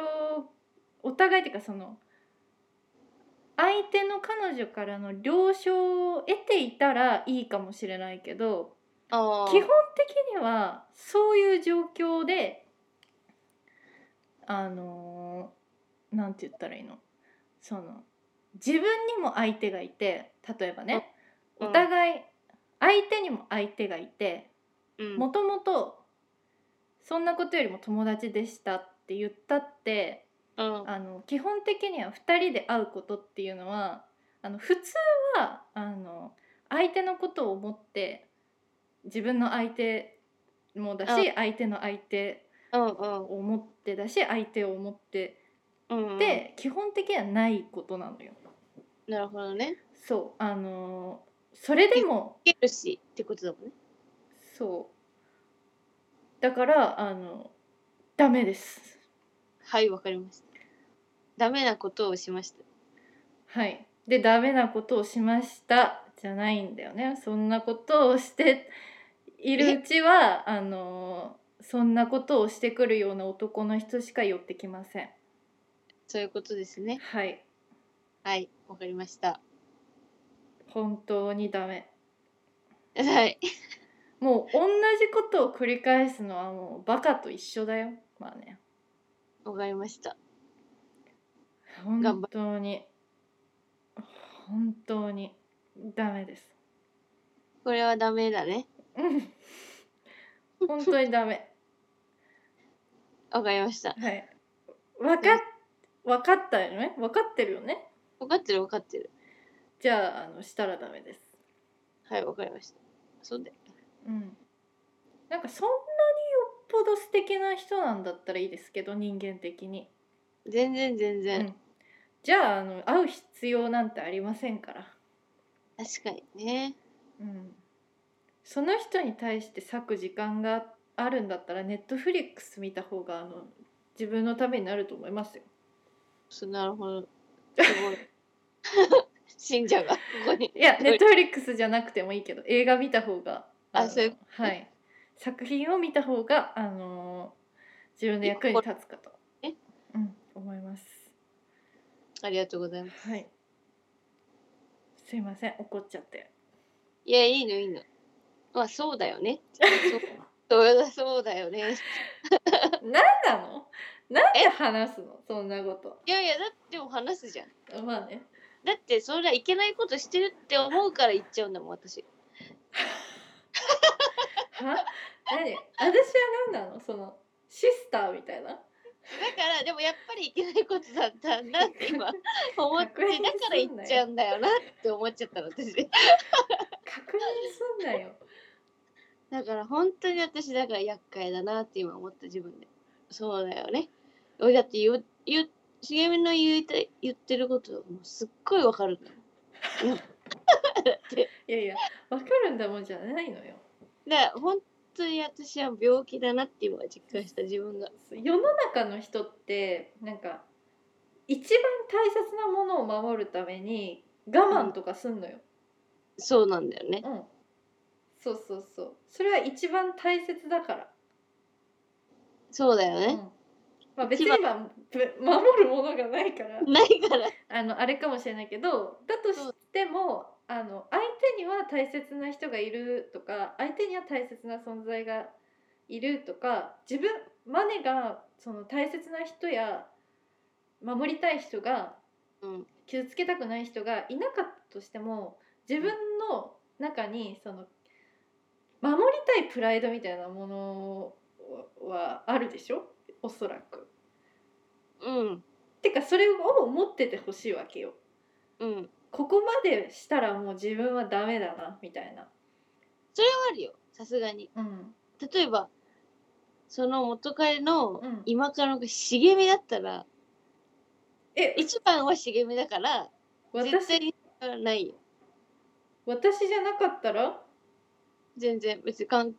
[SPEAKER 2] お互いっていうかその相手の彼女からの了承を得ていたらいいかもしれないけど
[SPEAKER 1] ああ。
[SPEAKER 2] 基本的にはそういう状況であのーなんて言ったらいいのその自分にも相手がいて例えばね
[SPEAKER 1] う
[SPEAKER 2] お
[SPEAKER 1] ん
[SPEAKER 2] 互い相手にも相手がいて
[SPEAKER 1] うん
[SPEAKER 2] もともとそんなことよりも友達でしたって言ったって
[SPEAKER 1] うん
[SPEAKER 2] あの基本的には2人で会うことっていうのはあの普通はあの相手のことを思って自分の相手もだし相手の相手
[SPEAKER 1] うん
[SPEAKER 2] を思ってだし相手を思って
[SPEAKER 1] うんうん。
[SPEAKER 2] で、基本的にはないことなのよ。
[SPEAKER 1] なるほどね。
[SPEAKER 2] そうあのそれでも
[SPEAKER 1] いけるしってことだもんね。
[SPEAKER 2] そうだからあの
[SPEAKER 5] ダメです
[SPEAKER 1] はい、わかりました。ダメなことをしました。
[SPEAKER 2] はい。で、ダメなことをしましたじゃないんだよね。そんなことをしているうちは、あのーそんなことをしてくるような男の人しか寄ってきません。
[SPEAKER 1] そういうことですね。
[SPEAKER 2] はい。
[SPEAKER 1] はい、わかりました。
[SPEAKER 2] 本当にダメ。
[SPEAKER 1] はい。
[SPEAKER 2] もう同じことを繰り返すのはもうバカと一緒だよ。まあね。
[SPEAKER 1] わかりました。張
[SPEAKER 2] 本当に。本当にダメです。
[SPEAKER 1] これはダメだね。
[SPEAKER 2] うん本当にダメ。
[SPEAKER 1] わかりました。
[SPEAKER 2] はい。わかっ、わかったよね。わかってるよね。
[SPEAKER 1] わかってるわかってる。
[SPEAKER 2] じゃあ、あの、したらダメです。
[SPEAKER 1] はい、わかりました。そうだよ。
[SPEAKER 2] うん。なんか、そんなによっぽど素敵な人なんだったらいいですけど、人間的に。
[SPEAKER 1] 全然全
[SPEAKER 2] う
[SPEAKER 1] 然。
[SPEAKER 2] ん。じゃあ、あの、会う必要なんてありませんから。
[SPEAKER 1] 確かにね。
[SPEAKER 2] うん。その人に対して割く時間があるんだったら、ネットフリックス見た方が、あの、自分のためになると思いますよ。
[SPEAKER 1] そうなるほど。
[SPEAKER 2] [LAUGHS]
[SPEAKER 1] すごい。 [LAUGHS] 信者がここに。
[SPEAKER 2] いや、ネットフリックスじゃなくてもいいけど、映画見た方が。
[SPEAKER 1] あ
[SPEAKER 2] の
[SPEAKER 1] そういうこ
[SPEAKER 2] はい。作品を見た方が、あのー自分の役に立つかと。
[SPEAKER 1] え
[SPEAKER 2] うん、思います。
[SPEAKER 1] ありがとうございます。
[SPEAKER 2] はい。すいません、怒っちゃって。
[SPEAKER 1] いや、いいのいいの。まあ、そうだよね。そうそうだそうだよね。
[SPEAKER 2] なんなのなんで話すのそんなこと。
[SPEAKER 1] いやいや、だってもう話すじゃん。
[SPEAKER 2] まあね。
[SPEAKER 1] だってそれはいけないことしてるって思うから言っちゃうんだもん私
[SPEAKER 2] は何私は何なのその、シスターみたいな。
[SPEAKER 1] だからでもやっぱりいけないことだったんだって今思って
[SPEAKER 2] [LAUGHS] 確認す
[SPEAKER 1] だ
[SPEAKER 2] んなよ
[SPEAKER 1] から言っちゃうんだよなって思っちゃったの私
[SPEAKER 2] 確認すんなよ。
[SPEAKER 1] だから本当に私だから厄介だなって今思った自分でそうだよね俺だって言う言う茂みの言いたい言ってることもうすっごいわかるんだもん
[SPEAKER 2] [LAUGHS] いやいや、わかるんだもんじゃないのよ。
[SPEAKER 1] だから本当に私は病気だなって今実感した自分が
[SPEAKER 2] 世の中の人ってなんか一番大切なものを守るために我慢とかすんのよ。
[SPEAKER 1] そうなんだよね
[SPEAKER 2] うん。そうそうそう。それは一番大切だから。
[SPEAKER 1] そうだよ
[SPEAKER 2] うん
[SPEAKER 1] ね、。
[SPEAKER 2] まあ別に今ぶ守るものがないから
[SPEAKER 1] ないから
[SPEAKER 2] あのあれかもしれないけどだとしてもあの相手には大切な人がいるとか相手には大切な存在がいるとか自分マネがその大切な人や守りたい人が
[SPEAKER 1] うん
[SPEAKER 2] 傷つけたくない人がいなかったとしても自分の中にその守りたいプライドみたいなものはあるでしょおそらく。
[SPEAKER 1] うん
[SPEAKER 2] てかそれを持っててほしいわけよ。
[SPEAKER 1] うん
[SPEAKER 2] ここまでしたらもう自分はダメだなみたいな。
[SPEAKER 1] それはあるよさすがに
[SPEAKER 2] うん。
[SPEAKER 1] 例えばその元彼の
[SPEAKER 2] うん
[SPEAKER 1] 今からの茂みだったら、
[SPEAKER 2] え、
[SPEAKER 1] 一番は茂みだから絶対
[SPEAKER 2] 私
[SPEAKER 1] にはないよ
[SPEAKER 2] 私じゃなかったら
[SPEAKER 1] 全然別にかん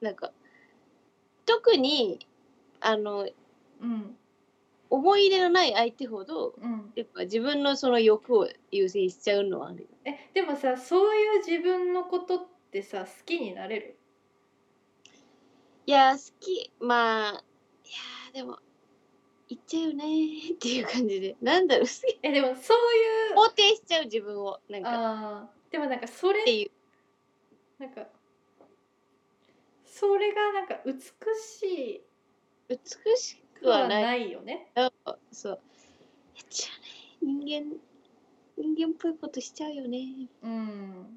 [SPEAKER 1] なんか特にあの
[SPEAKER 2] うん
[SPEAKER 1] 思い入れのない相手ほど
[SPEAKER 2] うん。
[SPEAKER 1] やっぱ自分のその欲を優先しちゃうのはあるよ
[SPEAKER 2] え、でもさ、そういう自分のことってさ、好きになれる
[SPEAKER 1] いやー好きまあいやーでも言っちゃうねーっていう感じでなんだろう好き
[SPEAKER 2] え、でもそういう。
[SPEAKER 1] 肯定しちゃう自分をなんかっ
[SPEAKER 2] ああ。でもなんかそれ、
[SPEAKER 1] ていう
[SPEAKER 2] なんか、それがなんか美し
[SPEAKER 1] 美し
[SPEAKER 2] く
[SPEAKER 1] く
[SPEAKER 2] は
[SPEAKER 1] はない
[SPEAKER 2] ないよね。
[SPEAKER 1] そうやっちゃうね人間人間っぽいことしちゃうよね
[SPEAKER 2] うん。
[SPEAKER 1] っ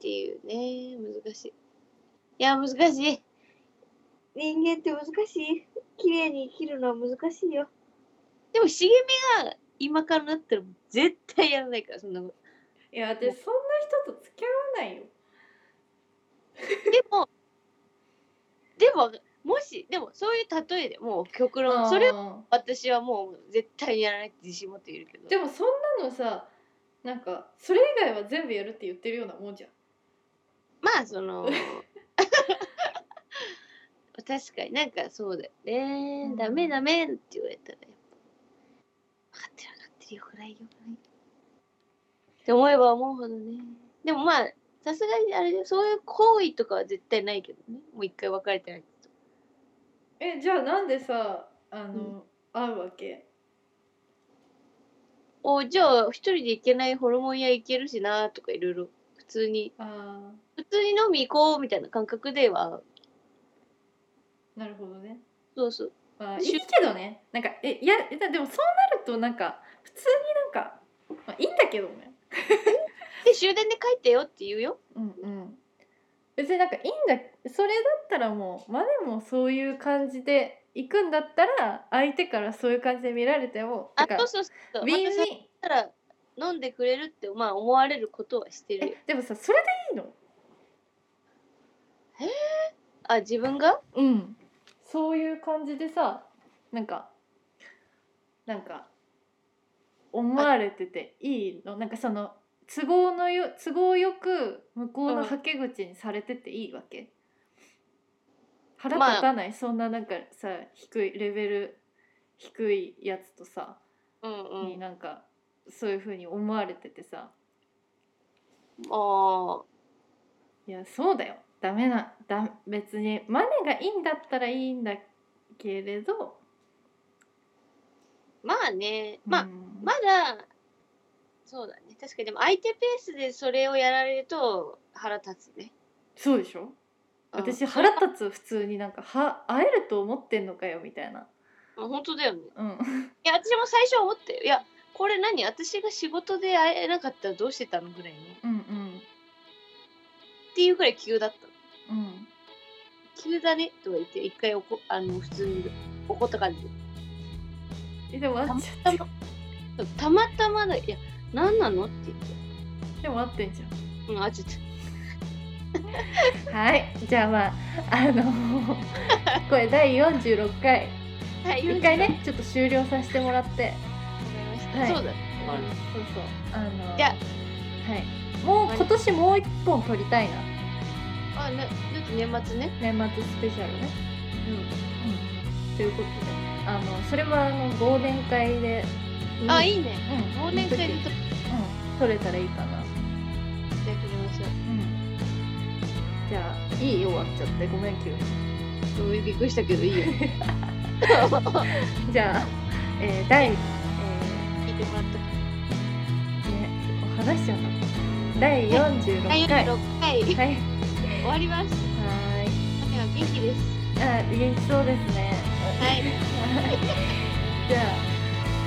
[SPEAKER 1] ていうね難しいいや難しい人間って難しい綺麗に生きるのは難しいよでも茂みが今からなったら絶対やらないからそんなこと
[SPEAKER 2] いや、私そんな人と付き合わないよ。
[SPEAKER 1] でもでももしでもそういう例えでもう極論それを
[SPEAKER 2] を
[SPEAKER 1] 私はもう絶対にやらないって自信持っているけど
[SPEAKER 2] でもそんなのさなんかそれ以外は全部やるって言ってるようなもんじゃん
[SPEAKER 1] まあその [LAUGHS] 確かになんかそうだよね、
[SPEAKER 2] うん
[SPEAKER 1] ダメダメって言われたらやっぱ分かってる分かってるよくないよくないって思えば思うほどねでもまあさすがにあれでそういう行為とかは絶対ないけどねもう一回別れてないけど
[SPEAKER 2] えじゃあなんでさあの、
[SPEAKER 1] うん
[SPEAKER 2] 会うわけ
[SPEAKER 1] おじゃあ一人で行けないホルモン屋行けるしなとかいろいろ普通に
[SPEAKER 2] あ
[SPEAKER 1] 普通に飲み行こうみたいな感覚では
[SPEAKER 2] あなるほどね
[SPEAKER 1] そうそう
[SPEAKER 2] まあい
[SPEAKER 1] しゅ
[SPEAKER 2] いけどねなんかえいやえだでもそうなるとなんか普通になんか、まあ、いいんだけどね
[SPEAKER 1] で終電で帰ってよって言うよ
[SPEAKER 2] うんうん別になんかいいんだそれだったらもうまあでもそういう感じで行くんだったら相手からそういう感じで見られても
[SPEAKER 1] あ
[SPEAKER 2] てか
[SPEAKER 1] そうそうそう
[SPEAKER 2] ウィン
[SPEAKER 1] また
[SPEAKER 2] ウィ
[SPEAKER 1] そ
[SPEAKER 2] ン
[SPEAKER 1] し、たら飲んでくれるってまあ思われることはしてるよ
[SPEAKER 2] えでもさそれでいいの
[SPEAKER 1] あ自分が
[SPEAKER 2] うんそういう感じでさなんかなんか思われてていいのなんかその都合のよ都合よく向こう
[SPEAKER 1] う
[SPEAKER 2] の
[SPEAKER 1] ん
[SPEAKER 2] はけ口にされてていいわけ、腹
[SPEAKER 1] まあ
[SPEAKER 2] 立たない、そんななんかさ低いレベル低いやつとさ、
[SPEAKER 1] うんう
[SPEAKER 2] に
[SPEAKER 1] ん、
[SPEAKER 2] なんかそういうふうに思われててさ
[SPEAKER 1] あ
[SPEAKER 2] いやそうだよダメなだ別にマネがいいんだったらいいんだけれど
[SPEAKER 1] まあねまあ、
[SPEAKER 2] うん
[SPEAKER 1] まだそうだね確かにでも相手ペースでそれをやられると腹立つね
[SPEAKER 2] そうでしょ
[SPEAKER 1] うん
[SPEAKER 2] 私腹立つ普通になんかは会えると思ってんのかよみたいな
[SPEAKER 1] うん本当だよね
[SPEAKER 2] うん
[SPEAKER 1] いや私も最初思っていやこれ何私が仕事で会えなかったらどうしてたのぐらいのっ
[SPEAKER 2] うんうん
[SPEAKER 1] ていうくらい急だったの
[SPEAKER 2] うん
[SPEAKER 1] 急だねとか言って一回おこあの普通に怒った感じ
[SPEAKER 2] えでも会っちゃ
[SPEAKER 1] た
[SPEAKER 2] っ
[SPEAKER 1] またまたまだいや何なのって言って
[SPEAKER 2] てでも会ってんじゃ
[SPEAKER 1] うんあちょっと
[SPEAKER 2] んはいじゃあまああの [LAUGHS] これ第46回
[SPEAKER 1] はい
[SPEAKER 2] 一回ねちょっと終了させてもらって
[SPEAKER 1] わかりました、
[SPEAKER 2] はい
[SPEAKER 1] そうだ
[SPEAKER 2] そうそうあの
[SPEAKER 1] じゃ
[SPEAKER 2] はいもう今年もう一本撮りたいな
[SPEAKER 1] あねだって年末ね
[SPEAKER 2] 年末スペシャルね
[SPEAKER 1] うん
[SPEAKER 2] うんということであのそれはあの忘年会で
[SPEAKER 1] あ、
[SPEAKER 2] い
[SPEAKER 1] いいね。
[SPEAKER 2] うん
[SPEAKER 1] 忘年会で撮って
[SPEAKER 2] うん、取れたらいいかな。
[SPEAKER 1] いただきましょ
[SPEAKER 2] じゃあ、いいよ、終わっちゃって、ごめん、急に。
[SPEAKER 1] う。うんびっくりしたけど、いいよ。 [LAUGHS] 聞い
[SPEAKER 2] じゃあ、えー、第、え
[SPEAKER 1] てもらった。
[SPEAKER 2] ー、ね、話しちゃった。第46
[SPEAKER 1] 第
[SPEAKER 2] 回。
[SPEAKER 1] 46
[SPEAKER 2] は
[SPEAKER 1] 回、
[SPEAKER 2] い、
[SPEAKER 1] 終
[SPEAKER 2] はーい。
[SPEAKER 1] わります。雨は元気です。
[SPEAKER 2] あ、元気そうですね。
[SPEAKER 1] はい。
[SPEAKER 2] じゃあ、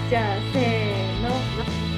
[SPEAKER 2] じゃあ、せーの。